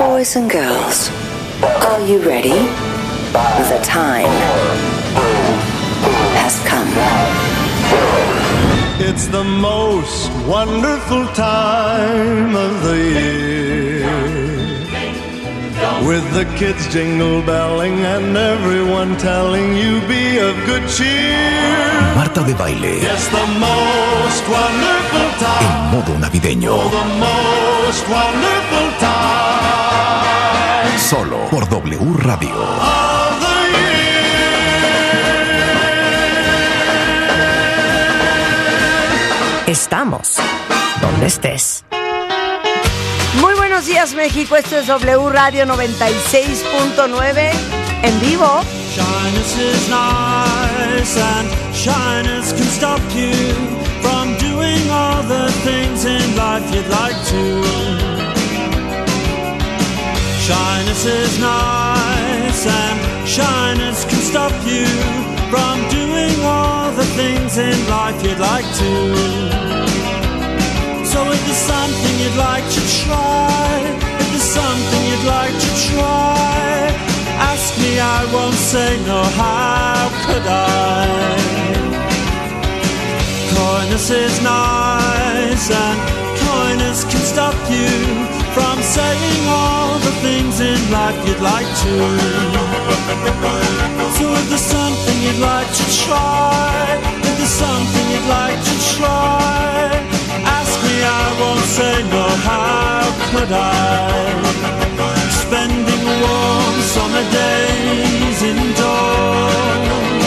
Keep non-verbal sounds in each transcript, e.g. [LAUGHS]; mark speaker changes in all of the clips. Speaker 1: Boys and girls, are you ready? The time has come.
Speaker 2: It's the most wonderful time of the year. With the kids jingle belling and everyone telling you be of good cheer.
Speaker 3: Marta de baile
Speaker 2: It's the most wonderful
Speaker 3: en
Speaker 2: time.
Speaker 3: modo navideño.
Speaker 2: Oh, the most wonderful time
Speaker 3: Solo por W Radio.
Speaker 2: of the year.
Speaker 4: Estamos donde estés.
Speaker 5: Muy buenos días México, esto es W Radio 96.9 en vivo.
Speaker 6: Shyness is nice, and shyness can stop you from doing all the things in life you'd like to. Shyness is nice, and shyness can stop you from doing all the things in life you'd like to. So if there's something you'd like to try, if there's something you'd like to try, ask me, I won't say no, how could I? Coyness is nice and coyness can stop you from saying all the things in life you'd like to. So if there's something you'd like to try, if there's something you'd like to try, ask me, I won't say no, how could I? Spending warm summer days indoors,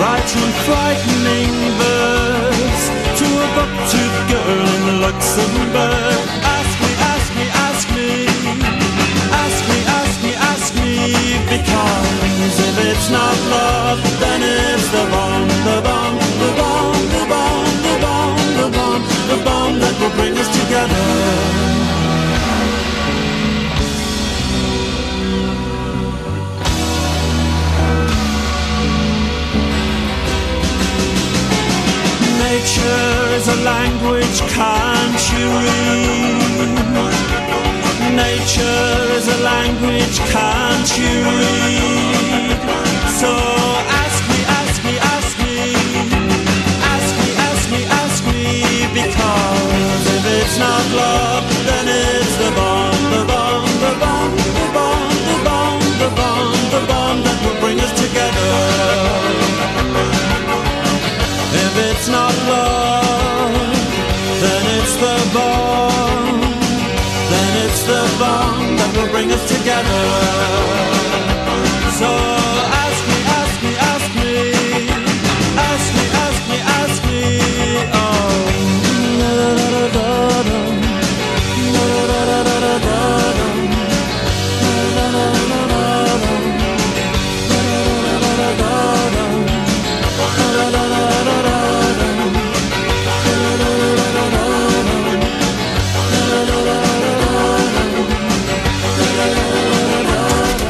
Speaker 6: writing frightening birds to a buck-toothed girl in Luxembourg. Ask me, ask me, ask me. Ask me, ask me, ask me, because if it's not love, then it's the bomb, the bomb, the bomb, the bomb, the bomb, the bomb, the bomb that will bring us together. Nature is a language, can't you read? Nature is a language, can't you read? So ask me, ask me, ask me, ask me, ask me, ask me, because if it's not love, then it's the bomb, the bomb, the bomb, the bomb, the bomb, the bomb, the bomb that will bring us together. If it's not love, then it's the bomb. Then it's the bomb that will bring us together. So ask me, ask me, ask me, ask me, ask me, ask me. Oh. Na-da-da-da-da-dum. Na-da-da-da-da-da-dum. Na-da-da-da-da-da-dum. Na-da-da-da-da-da-dum.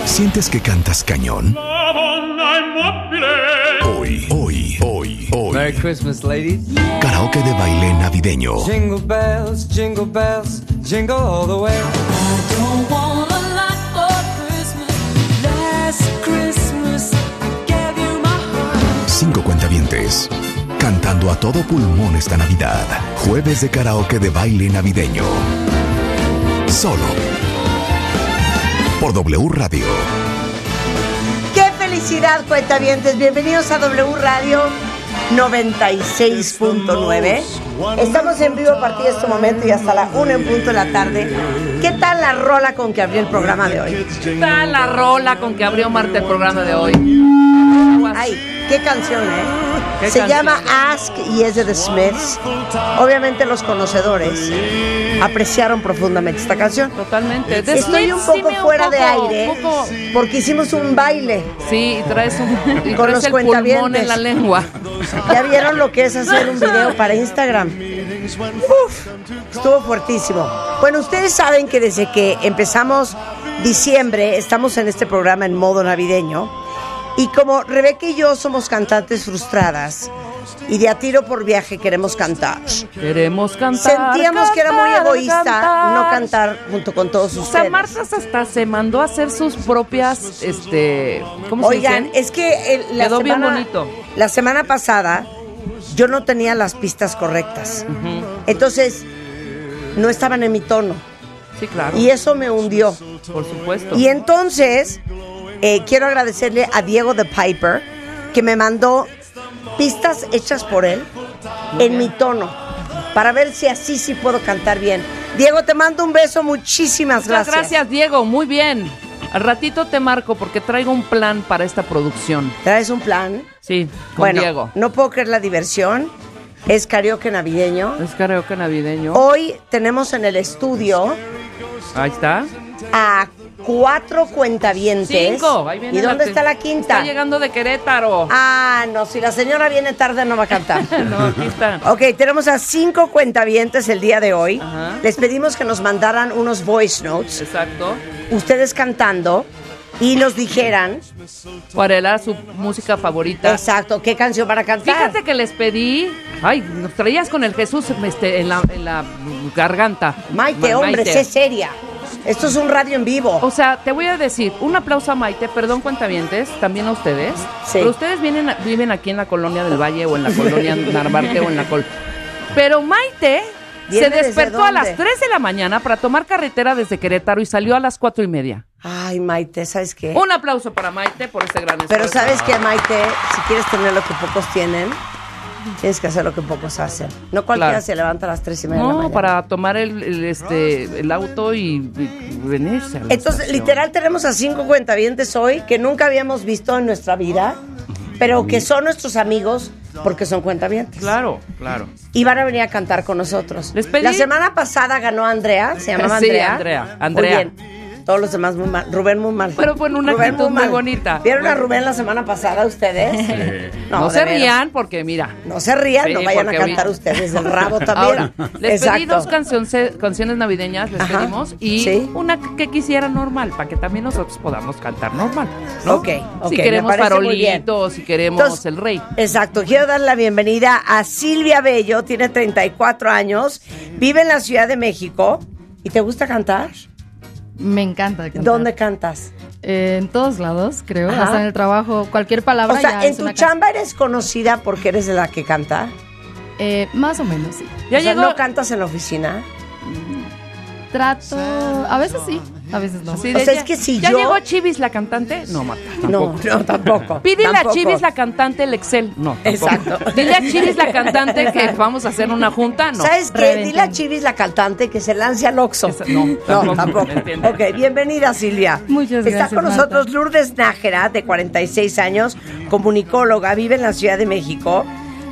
Speaker 3: ¿Sientes que cantas cañón? Hoy, hoy, hoy, hoy.
Speaker 7: Merry Christmas, ladies.
Speaker 3: Karaoke de baile navideño.
Speaker 7: Jingle bells, jingle bells, jingle all the way.
Speaker 3: Cinco cuentavientes. Cantando a todo pulmón esta Navidad. Jueves de karaoke de baile navideño. Solo. Por W Radio.
Speaker 5: ¡Qué felicidad, cuentavientes! Bienvenidos a W Radio 96.9. Estamos en vivo a partir de este momento y hasta la 1 en punto de la tarde. ¿Qué tal la rola con que abrí el programa de hoy?
Speaker 4: Está la rola con que abrió Marta el programa de hoy.
Speaker 5: ¡Ay, qué canción, eh!
Speaker 4: Qué
Speaker 5: Se
Speaker 4: canción.
Speaker 5: llama Ask y es de The Smiths. Obviamente los conocedores apreciaron profundamente esta canción. Eh,
Speaker 4: Totalmente. The
Speaker 5: Estoy
Speaker 4: Smiths,
Speaker 5: un poco
Speaker 4: dime un
Speaker 5: fuera de
Speaker 4: poco,
Speaker 5: aire
Speaker 4: un poco.
Speaker 5: porque hicimos un baile.
Speaker 4: Sí, y traes,
Speaker 5: [LAUGHS]
Speaker 4: un, y
Speaker 5: Con
Speaker 4: traes
Speaker 5: los
Speaker 4: el pulmón
Speaker 5: cuentavientes.
Speaker 4: en la lengua.
Speaker 5: ¿Ya vieron lo que es hacer un video para Instagram? Uf, estuvo fuertísimo. Bueno, ustedes saben que desde que empezamos diciembre estamos en este programa en modo navideño. Y como Rebeca y yo somos cantantes frustradas, y de a tiro por viaje queremos cantar.
Speaker 4: Queremos cantar.
Speaker 5: Sentíamos que era muy
Speaker 4: cantar,
Speaker 5: egoísta
Speaker 4: cantar.
Speaker 5: no cantar junto con todos
Speaker 4: O sea,
Speaker 5: ustedes.
Speaker 4: Marta hasta se mandó a hacer sus propias, este, ¿cómo
Speaker 5: Oigan,
Speaker 4: se dicen?
Speaker 5: es que el- la
Speaker 4: Quedó bien
Speaker 5: semana,
Speaker 4: bonito.
Speaker 5: La semana pasada yo no tenía las pistas correctas. Entonces no estaban en mi tono
Speaker 4: Sí, claro.
Speaker 5: y eso me hundió.
Speaker 4: por supuesto.
Speaker 5: Y entonces eh, quiero agradecerle a Diego the Piper que me mandó pistas hechas por él en mi tono para ver si así sí puedo cantar bien. Diego, te mando un beso, muchísimas
Speaker 4: Muchas
Speaker 5: gracias.
Speaker 4: gracias. Diego. Muy bien. Al ratito te marco porque traigo un plan para esta producción.
Speaker 5: ¿Traes un plan?
Speaker 4: Sí, con
Speaker 5: bueno,
Speaker 4: Diego.
Speaker 5: no puedo creer la diversión. Es karaoke navideño.
Speaker 4: Es karaoke navideño.
Speaker 5: Hoy tenemos en el estudio
Speaker 4: Ahí está.
Speaker 5: a cuatro cuentavientes.
Speaker 4: Cinco. Ahí viene
Speaker 5: ¿Y dónde
Speaker 4: te-
Speaker 5: está la quinta?
Speaker 4: Está llegando de Querétaro.
Speaker 5: Ah, no, si la señora viene tarde no va a cantar.
Speaker 4: [LAUGHS] No, aquí está.
Speaker 5: Ok, tenemos a cinco cuentavientes el día de hoy.
Speaker 4: Ajá.
Speaker 5: Les pedimos que nos mandaran unos voice notes,
Speaker 4: Exacto.
Speaker 5: ustedes cantando, y nos dijeran
Speaker 4: ¿Cuál era su música favorita?
Speaker 5: exacto qué canción van a cantar.
Speaker 4: Fíjate que les pedí. Ay, nos traías con el Jesús este, en, la, en la garganta.
Speaker 5: Maite,
Speaker 4: Ma-
Speaker 5: hombre, sé seria. Esto es un radio en vivo.
Speaker 4: O sea, te voy a decir, un aplauso a Maite, perdón cuentavientes, también a ustedes.
Speaker 5: Sí.
Speaker 4: Pero ustedes vienen, a- viven aquí en la colonia del Valle o en
Speaker 5: [LAUGHS]
Speaker 4: la colonia Narvarte o en la col. Pero Maite se
Speaker 5: ¿Viene desde
Speaker 4: despertó a las
Speaker 5: dónde?
Speaker 4: 3 de la mañana para tomar carretera desde Querétaro y salió a las 4 y media.
Speaker 5: Ay, Maite, ¿sabes qué?
Speaker 4: Un aplauso para Maite por ese gran esfuerzo.
Speaker 5: Pero ¿sabes qué, Maite? Si quieres tener lo que pocos tienen, tienes que hacer lo que pocos hacen. No cualquiera
Speaker 4: Claro.
Speaker 5: se levanta a las tres y media de la
Speaker 4: No,
Speaker 5: mañana.
Speaker 4: para tomar el, el, este, el auto y, y venirse. a la
Speaker 5: Entonces,
Speaker 4: estación.
Speaker 5: literal, tenemos a cinco cuentavientes hoy que nunca habíamos visto en nuestra vida, pero que son nuestros amigos porque son cuentavientes.
Speaker 4: Claro, claro.
Speaker 5: Y van a venir a cantar con nosotros.
Speaker 4: Les pedí-
Speaker 5: La semana pasada ganó Andrea, se llamaba
Speaker 4: Sí,
Speaker 5: Andrea.
Speaker 4: Andrea, Andrea.
Speaker 5: Muy bien. Todos los demás muy mal. Rubén muy mal.
Speaker 4: Pero con una
Speaker 5: Rubén
Speaker 4: actitud muy
Speaker 5: mal.
Speaker 4: bonita.
Speaker 5: ¿Vieron a Rubén la semana pasada
Speaker 4: [LAUGHS]
Speaker 5: ustedes?
Speaker 4: No,
Speaker 5: de
Speaker 4: se
Speaker 5: veras.
Speaker 4: rían porque, mira,
Speaker 5: No se rían,
Speaker 4: Sí,
Speaker 5: no vayan a
Speaker 4: porque
Speaker 5: cantar
Speaker 4: ahorita-
Speaker 5: ustedes el rabo también.
Speaker 4: Ahora, les pedí dos cancionce- canciones navideñas, les
Speaker 5: Ajá,
Speaker 4: pedimos, y
Speaker 5: sí.
Speaker 4: una que quisiera normal, para que también nosotros podamos cantar normal. ¿no?
Speaker 5: Ok, ok,
Speaker 4: Si
Speaker 5: me
Speaker 4: queremos
Speaker 5: parece muy bien.
Speaker 4: farolito, si queremos
Speaker 5: Entonces,
Speaker 4: el rey.
Speaker 5: Exacto, quiero dar la bienvenida a Silvia Bello, tiene 34 años, vive en la Ciudad de México. ¿Y te gusta cantar?
Speaker 8: Me encanta cantar.
Speaker 5: ¿Dónde cantas?
Speaker 8: Eh, en todos lados, creo.
Speaker 5: Ajá.
Speaker 8: Hasta en el trabajo, cualquier palabra.
Speaker 5: O sea,
Speaker 8: ya
Speaker 5: ¿en
Speaker 8: es
Speaker 5: tu
Speaker 8: una canción.
Speaker 5: chamba eres conocida porque eres de la que canta?
Speaker 8: Eh, más o menos, sí.
Speaker 4: Ya
Speaker 5: O sea,
Speaker 4: llegó.
Speaker 5: ¿No cantas en la oficina?
Speaker 8: Trato. A veces sí, a veces no.
Speaker 4: sí,
Speaker 5: o
Speaker 4: de-
Speaker 5: sea,
Speaker 4: ya-
Speaker 5: es que si
Speaker 4: ¿Ya
Speaker 5: yo-
Speaker 4: llegó Chivis la cantante? No, Marta.
Speaker 5: No, no, tampoco.
Speaker 4: Pídele
Speaker 5: tampoco.
Speaker 4: a Chivis la cantante el Excel. No, tampoco.
Speaker 5: Exacto.
Speaker 4: Dile a Chivis la cantante que vamos a hacer una junta. No.
Speaker 5: ¿Sabes qué?
Speaker 8: Reventando.
Speaker 5: Dile a Chivis la cantante que se lance al Oxxo.
Speaker 4: Esa- no,
Speaker 5: no,
Speaker 4: tampoco,
Speaker 5: tampoco.
Speaker 4: me entiendo.
Speaker 5: Ok, bienvenida Silvia.
Speaker 8: Muchas
Speaker 5: Está
Speaker 8: gracias,
Speaker 5: con
Speaker 8: Marta.
Speaker 5: nosotros Lourdes Nájera, de 46 años, comunicóloga, vive en la Ciudad de México.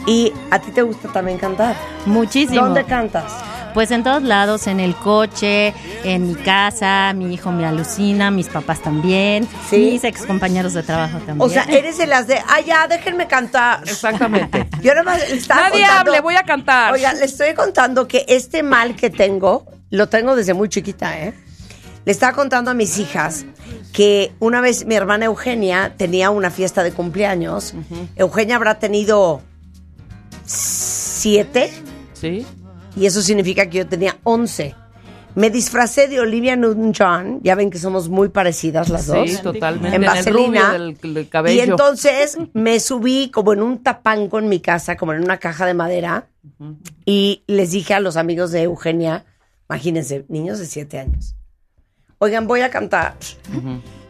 Speaker 5: Y a ti te gusta también cantar.
Speaker 9: Muchísimo.
Speaker 5: ¿Dónde cantas?
Speaker 9: Pues en todos lados, en el coche, en mi casa, mi hijo me alucina, mis papás también,
Speaker 5: Sí.
Speaker 9: mis ex compañeros de trabajo también.
Speaker 5: O sea, eres de las de, ah, ya, déjenme cantar.
Speaker 4: Exactamente.
Speaker 5: [LAUGHS] Yo nada más le estaba
Speaker 4: Nadie
Speaker 5: contando-
Speaker 4: hable, voy a cantar.
Speaker 5: Oiga, le estoy contando que este mal que tengo, lo tengo desde muy chiquita, ¿eh? Le estaba contando a mis hijas que una vez mi hermana Eugenia tenía una fiesta de cumpleaños. Eugenia habrá tenido siete,
Speaker 4: Sí.
Speaker 5: y eso significa que yo tenía once. Me disfracé de Olivia Newton-John, ya ven que somos muy parecidas las dos
Speaker 4: Sí, totalmente.
Speaker 5: en
Speaker 4: el rubio
Speaker 5: vaselina.
Speaker 4: del, del
Speaker 5: Y
Speaker 4: cabello.
Speaker 5: entonces me subí como en un tapanco en mi casa, como en una caja de madera, y les dije a los amigos de Eugenia, imagínense, niños de siete años, oigan, voy a cantar.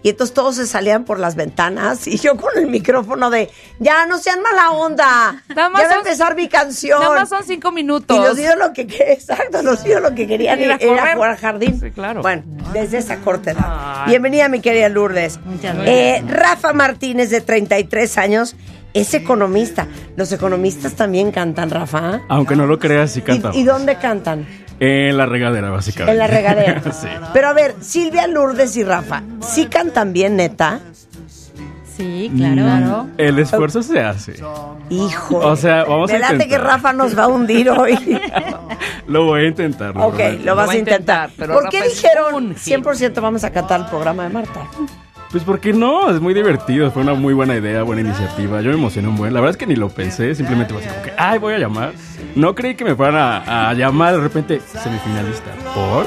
Speaker 5: Y entonces todos se salían por las ventanas y yo con el micrófono de, ya no sean mala onda, ya
Speaker 4: Nada más
Speaker 5: va a
Speaker 4: son-
Speaker 5: empezar mi canción.
Speaker 4: Nada más son cinco minutos.
Speaker 5: Y los niños lo que, [LAUGHS] que- exacto, los niños lo que querían
Speaker 4: Ir a
Speaker 5: era, era
Speaker 4: correr.
Speaker 5: jugar al jardín.
Speaker 4: Sí, claro.
Speaker 5: Bueno, desde esa corta edad.
Speaker 4: Ah. Ay.
Speaker 5: Bienvenida, mi querida Lourdes.
Speaker 9: Muchas
Speaker 5: Eh, Rafa Martínez, de 33 años, es economista. Los economistas también cantan, Rafa.
Speaker 10: Aunque no lo creas, sí
Speaker 5: ¿Y-
Speaker 10: cantaba.
Speaker 5: ¿Y, dónde cantan?
Speaker 10: En la regadera, básicamente.
Speaker 5: En la
Speaker 11: [LAUGHS]
Speaker 5: regadera.
Speaker 10: sí.
Speaker 5: Pero a ver, Silvia, Lourdes y Rafa, ¿sí cantan bien, neta?
Speaker 9: sí, claro.
Speaker 10: Mm, El esfuerzo se hace.
Speaker 5: Hijo.
Speaker 10: O sea, vamos a
Speaker 5: Me late
Speaker 10: intentar.
Speaker 5: que Rafa nos va a hundir hoy.
Speaker 10: [LAUGHS] Lo voy a intentar. lo
Speaker 5: ok,
Speaker 10: prometo.
Speaker 5: lo vas
Speaker 4: voy
Speaker 5: a
Speaker 4: a intentar,
Speaker 5: intentar.
Speaker 4: pero
Speaker 5: ¿Por
Speaker 4: Rafa
Speaker 5: qué
Speaker 4: es un
Speaker 5: dijeron
Speaker 4: hit.
Speaker 5: 100% vamos a cantar el programa de Marta?
Speaker 11: Pues porque no, es muy divertido, fue una muy buena idea, buena iniciativa. Yo me emocioné un buen. La verdad es que ni lo pensé, simplemente fue así como que, ay, voy a llamar. No creí que me fueran a, a llamar de repente semifinalista. ¿Por?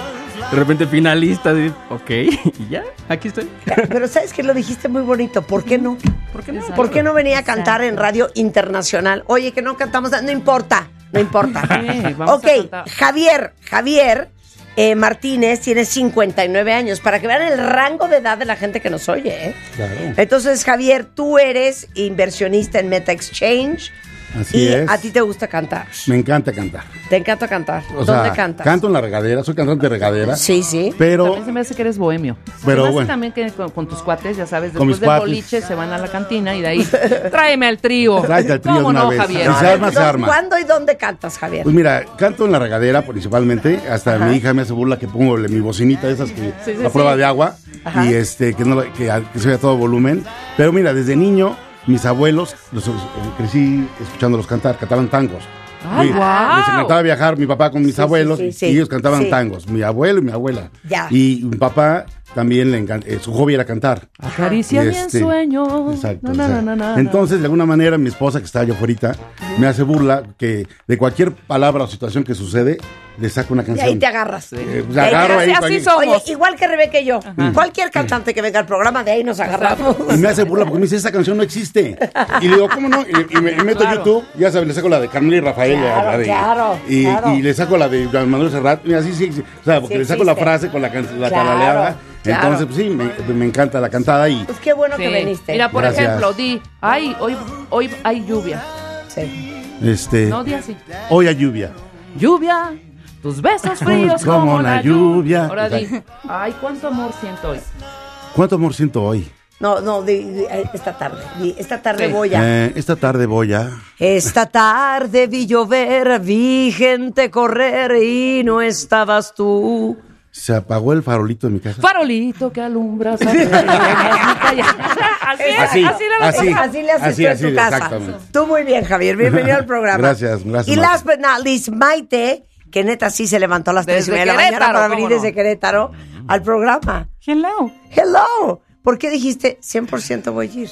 Speaker 11: De repente finalista, así, ok, [LAUGHS] y ya, aquí estoy.
Speaker 5: Pero sabes que lo dijiste muy bonito, ¿por qué no? ¿Por qué no? ¿Por qué no venía a cantar en radio internacional? Oye, que no cantamos, no importa, no importa.
Speaker 4: [LAUGHS] Sí, vamos a
Speaker 5: ok,
Speaker 4: cantar.
Speaker 5: Javier, Javier eh, Martínez tiene 59 años, para que vean el rango de edad de la gente que nos oye. ¿eh?
Speaker 12: Claro.
Speaker 5: Entonces, Javier, tú eres inversionista en Meta Exchange
Speaker 12: Así
Speaker 5: y
Speaker 12: es.
Speaker 5: a ti te gusta cantar.
Speaker 12: Me encanta cantar.
Speaker 5: Te encanta cantar.
Speaker 12: O
Speaker 5: ¿Dónde
Speaker 12: sea,
Speaker 5: cantas?
Speaker 12: Canto en la regadera, soy cantante de regadera.
Speaker 5: Sí, sí.
Speaker 12: Pero
Speaker 4: También se me hace que eres bohemio.
Speaker 12: Pero
Speaker 4: se me hace
Speaker 12: bueno.
Speaker 4: también que con, con tus cuates, ya sabes,
Speaker 12: Con mis
Speaker 4: después del
Speaker 12: cuates.
Speaker 4: boliche se van a la cantina y de ahí, tráeme al trío.
Speaker 12: Tráete al trío
Speaker 4: ¿Cómo
Speaker 12: de una
Speaker 4: no,
Speaker 12: vez.
Speaker 4: Javier?
Speaker 12: Y se arma, se arma.
Speaker 5: ¿Cuándo y dónde cantas, Javier?
Speaker 12: Pues mira, canto en la regadera principalmente, hasta mi hija me hace burla que pongo mi bocinita, esas que
Speaker 5: Sí, sí,
Speaker 12: a prueba
Speaker 5: sí.
Speaker 12: de agua,
Speaker 5: Ajá.
Speaker 12: y este, que, no, la- que, a- que se oye a todo volumen. Pero mira, desde niño, mis abuelos, los, eh, crecí escuchándolos cantar, cantaban tangos.
Speaker 5: ¡Ay,
Speaker 12: Y
Speaker 5: Ah, guau!
Speaker 12: Les encantaba viajar mi papá con mis
Speaker 5: Sí, sí,
Speaker 12: abuelos
Speaker 5: sí, sí.
Speaker 12: y ellos cantaban
Speaker 5: Sí.
Speaker 12: tangos, mi abuelo y mi abuela.
Speaker 5: Ya.
Speaker 12: Y mi papá también le encanta, eh, su hobby era cantar.
Speaker 4: Acaricia
Speaker 12: Y
Speaker 4: bien
Speaker 12: este,
Speaker 4: sueño.
Speaker 12: Exacto.
Speaker 4: Na, na,
Speaker 12: o sea,
Speaker 4: na, na, na.
Speaker 12: entonces, de alguna manera, mi esposa que está allá afuera me hace burla que de cualquier palabra o situación que sucede, le saco una
Speaker 5: Y
Speaker 12: canción.
Speaker 5: ahí te agarras.
Speaker 12: Eh, pues,
Speaker 5: Y ahí te
Speaker 12: agarro ahí
Speaker 5: agarras.
Speaker 12: cualquier-
Speaker 5: Oye, igual que Rebeca y yo. Cualquier cantante que venga al programa, de ahí nos agarramos.
Speaker 12: Y me hace burla porque me dice, esa canción no existe. Y le digo, ¿cómo no? Y, y me y meto a
Speaker 5: Claro.
Speaker 12: YouTube, ya sabes, le saco la de Carmen y Rafael.
Speaker 5: Claro,
Speaker 12: la de-
Speaker 5: claro,
Speaker 12: y,
Speaker 5: claro.
Speaker 12: y le saco la de Juan Manuel Serrat. Mira, sí, sí, sí. O sea, porque
Speaker 5: Sí
Speaker 12: le saco la
Speaker 5: existe.
Speaker 12: frase con la, can- la
Speaker 5: Claro,
Speaker 12: taraleada.
Speaker 5: claro.
Speaker 12: Entonces, pues sí, me, me encanta la cantada y...
Speaker 5: Pues qué bueno que
Speaker 4: Sí.
Speaker 5: viniste.
Speaker 4: Mira, por
Speaker 12: Gracias.
Speaker 4: ejemplo, di, ay, hoy, hoy hay lluvia.
Speaker 5: Sí.
Speaker 12: Este,
Speaker 4: No di así.
Speaker 12: hoy hay lluvia.
Speaker 4: Lluvia, tus besos fríos
Speaker 12: Como
Speaker 4: como
Speaker 12: la
Speaker 4: la lluvia.
Speaker 12: lluvia.
Speaker 4: Ahora di, ay, cuánto amor siento hoy.
Speaker 12: ¿Cuánto amor siento hoy?
Speaker 5: No, no, di- di- eh, esta tarde. di, Esta tarde
Speaker 4: Sí.
Speaker 5: voy a.
Speaker 12: Eh, esta tarde voy a...
Speaker 5: Esta tarde vi llover, vi gente correr y no estabas tú.
Speaker 12: Se apagó el farolito de mi casa.
Speaker 4: Farolito que alumbras. [LAUGHS] a todas las calles.
Speaker 5: [LAUGHS]
Speaker 4: así, así,
Speaker 12: Así,
Speaker 4: era la
Speaker 12: así.
Speaker 4: cosa.
Speaker 5: Así le haces
Speaker 12: Así,
Speaker 5: tú en
Speaker 12: así,
Speaker 5: tu casa.
Speaker 12: exactamente.
Speaker 5: Tú muy bien, Javier. Pues, Bienvenido
Speaker 13: [LAUGHS]
Speaker 5: al programa.
Speaker 12: Gracias, gracias,
Speaker 5: Y
Speaker 12: Marta.
Speaker 5: last but not least, Maite, que neta sí se levantó a las tres y
Speaker 4: Desde
Speaker 5: media de la mañana
Speaker 4: Querétaro,
Speaker 5: para
Speaker 4: ¿cómo
Speaker 5: venir
Speaker 4: no?
Speaker 5: desde Querétaro al programa.
Speaker 14: Hello.
Speaker 5: Hello. ¿Por qué dijiste 100% voy a ir?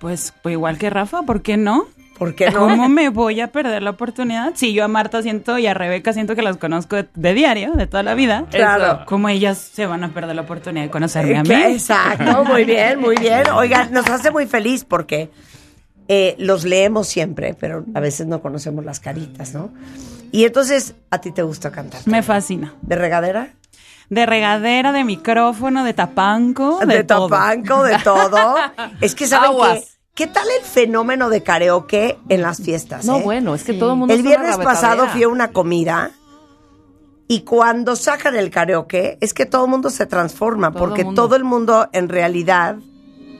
Speaker 14: Pues, pues igual que Rafa, ¿por qué no?
Speaker 5: ¿Por qué no?
Speaker 14: ¿Cómo me voy a perder la oportunidad? Si yo a Marta siento y a Rebeca siento que las conozco de, de diario, de toda la vida.
Speaker 5: Claro.
Speaker 14: ¿Cómo ellas se van a perder la oportunidad de conocerme a mí?
Speaker 5: ¿Qué? Eh,
Speaker 14: [LAUGHS]
Speaker 5: Exacto, muy bien, muy bien. Oigan, nos hace muy feliz porque eh, los leemos siempre, pero a veces no conocemos las caritas, ¿no? Y entonces, ¿a ti te gusta cantar?
Speaker 14: Me fascina.
Speaker 5: ¿De regadera?
Speaker 14: De regadera, de micrófono, de tapanco, de,
Speaker 5: de
Speaker 14: todo.
Speaker 5: tapanco, de
Speaker 4: [LAUGHS]
Speaker 14: [LAUGHS]
Speaker 5: todo. es que saben que,
Speaker 14: Aguas.
Speaker 5: ¿qué tal el fenómeno de karaoke en las fiestas?
Speaker 4: No,
Speaker 5: eh?
Speaker 4: bueno, es que todo el mundo
Speaker 5: El
Speaker 4: es una
Speaker 5: viernes pasado
Speaker 4: rabetadera.
Speaker 5: fui a una comida y cuando sacan el karaoke es que todo el mundo se transforma
Speaker 4: Todo
Speaker 5: porque
Speaker 4: mundo.
Speaker 5: todo el mundo en realidad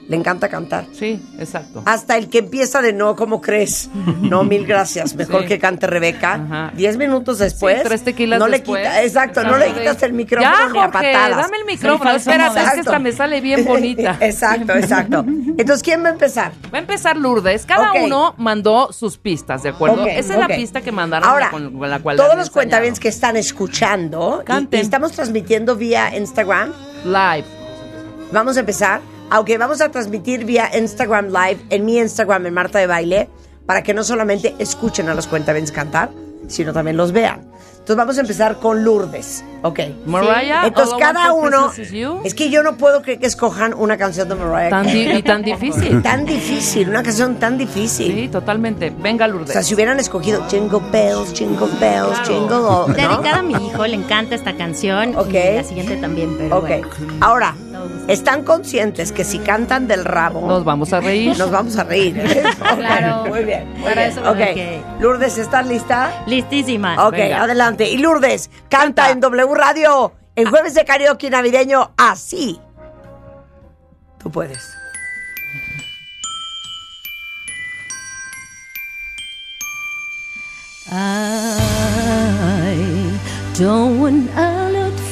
Speaker 5: le encanta cantar.
Speaker 4: Sí, exacto.
Speaker 5: Hasta el que empieza de no, ¿cómo
Speaker 4: [LAUGHS]
Speaker 5: crees? No, mil gracias. Mejor
Speaker 4: Sí.
Speaker 5: que cante Rebeca.
Speaker 4: Ajá.
Speaker 5: Diez minutos después.
Speaker 4: Sí, tres tequilas
Speaker 5: no
Speaker 4: después.
Speaker 5: le quita, exacto, no le
Speaker 4: Sí.
Speaker 5: quitas el micrófono
Speaker 4: ya,
Speaker 5: ni a
Speaker 4: Jorge,
Speaker 5: patadas.
Speaker 4: Dame el micrófono,
Speaker 14: falso
Speaker 4: espérate, es que
Speaker 5: Exacto.
Speaker 4: esta me sale bien bonita.
Speaker 5: [LAUGHS] Exacto, exacto. Entonces, ¿quién va a empezar?
Speaker 4: Va a empezar Lourdes. Cada
Speaker 5: Ok.
Speaker 4: uno mandó sus pistas, ¿de acuerdo?
Speaker 5: Ok,
Speaker 4: Esa es
Speaker 5: ok.
Speaker 4: la pista que mandaron
Speaker 5: Ahora,
Speaker 4: con, con la cual
Speaker 5: todos
Speaker 4: han
Speaker 5: los
Speaker 4: enseñado.
Speaker 5: cuentavientes que están escuchando, y-
Speaker 4: Canten.
Speaker 5: y estamos transmitiendo vía Instagram.
Speaker 4: Live.
Speaker 5: Vamos a empezar. Aunque vamos a transmitir vía Instagram Live, en mi Instagram, en Marta de Baile, para que no solamente escuchen a los cuentavientes cantar, sino también los vean. Entonces vamos a empezar con Lourdes, ¿ok?
Speaker 4: Mariah,
Speaker 5: Entonces
Speaker 4: All I
Speaker 5: cada
Speaker 4: Want for
Speaker 5: uno...
Speaker 4: Christmas Is You.
Speaker 5: Es que yo no puedo creer que escojan una canción de Mariah.
Speaker 4: Tan di- y tan difícil.
Speaker 5: Tan difícil, una canción tan difícil.
Speaker 4: Sí, totalmente. Venga, Lourdes.
Speaker 5: O sea, si hubieran escogido Jingle Bells, Jingle Bells,
Speaker 4: Claro.
Speaker 5: Jingle All, ¿no?
Speaker 15: Dedicada a mi hijo, le encanta esta canción.
Speaker 5: Ok.
Speaker 15: Y la siguiente también, pero
Speaker 5: Ok.
Speaker 15: bueno.
Speaker 5: Ahora, ¿están conscientes que si cantan del
Speaker 4: Nos
Speaker 5: rabo
Speaker 4: vamos a reír.
Speaker 5: nos vamos a reír? ¿eh? [LAUGHS] Ok,
Speaker 15: Claro.
Speaker 5: Muy bien. muy
Speaker 15: [LAUGHS] Para
Speaker 5: bien.
Speaker 15: eso-
Speaker 5: ok. Lourdes, ¿estás lista?
Speaker 15: Listísima.
Speaker 5: Ok, adelante. Y Lourdes, canta, en W Radio el jueves de karaoke navideño así. Tú puedes.
Speaker 8: I don't want a lot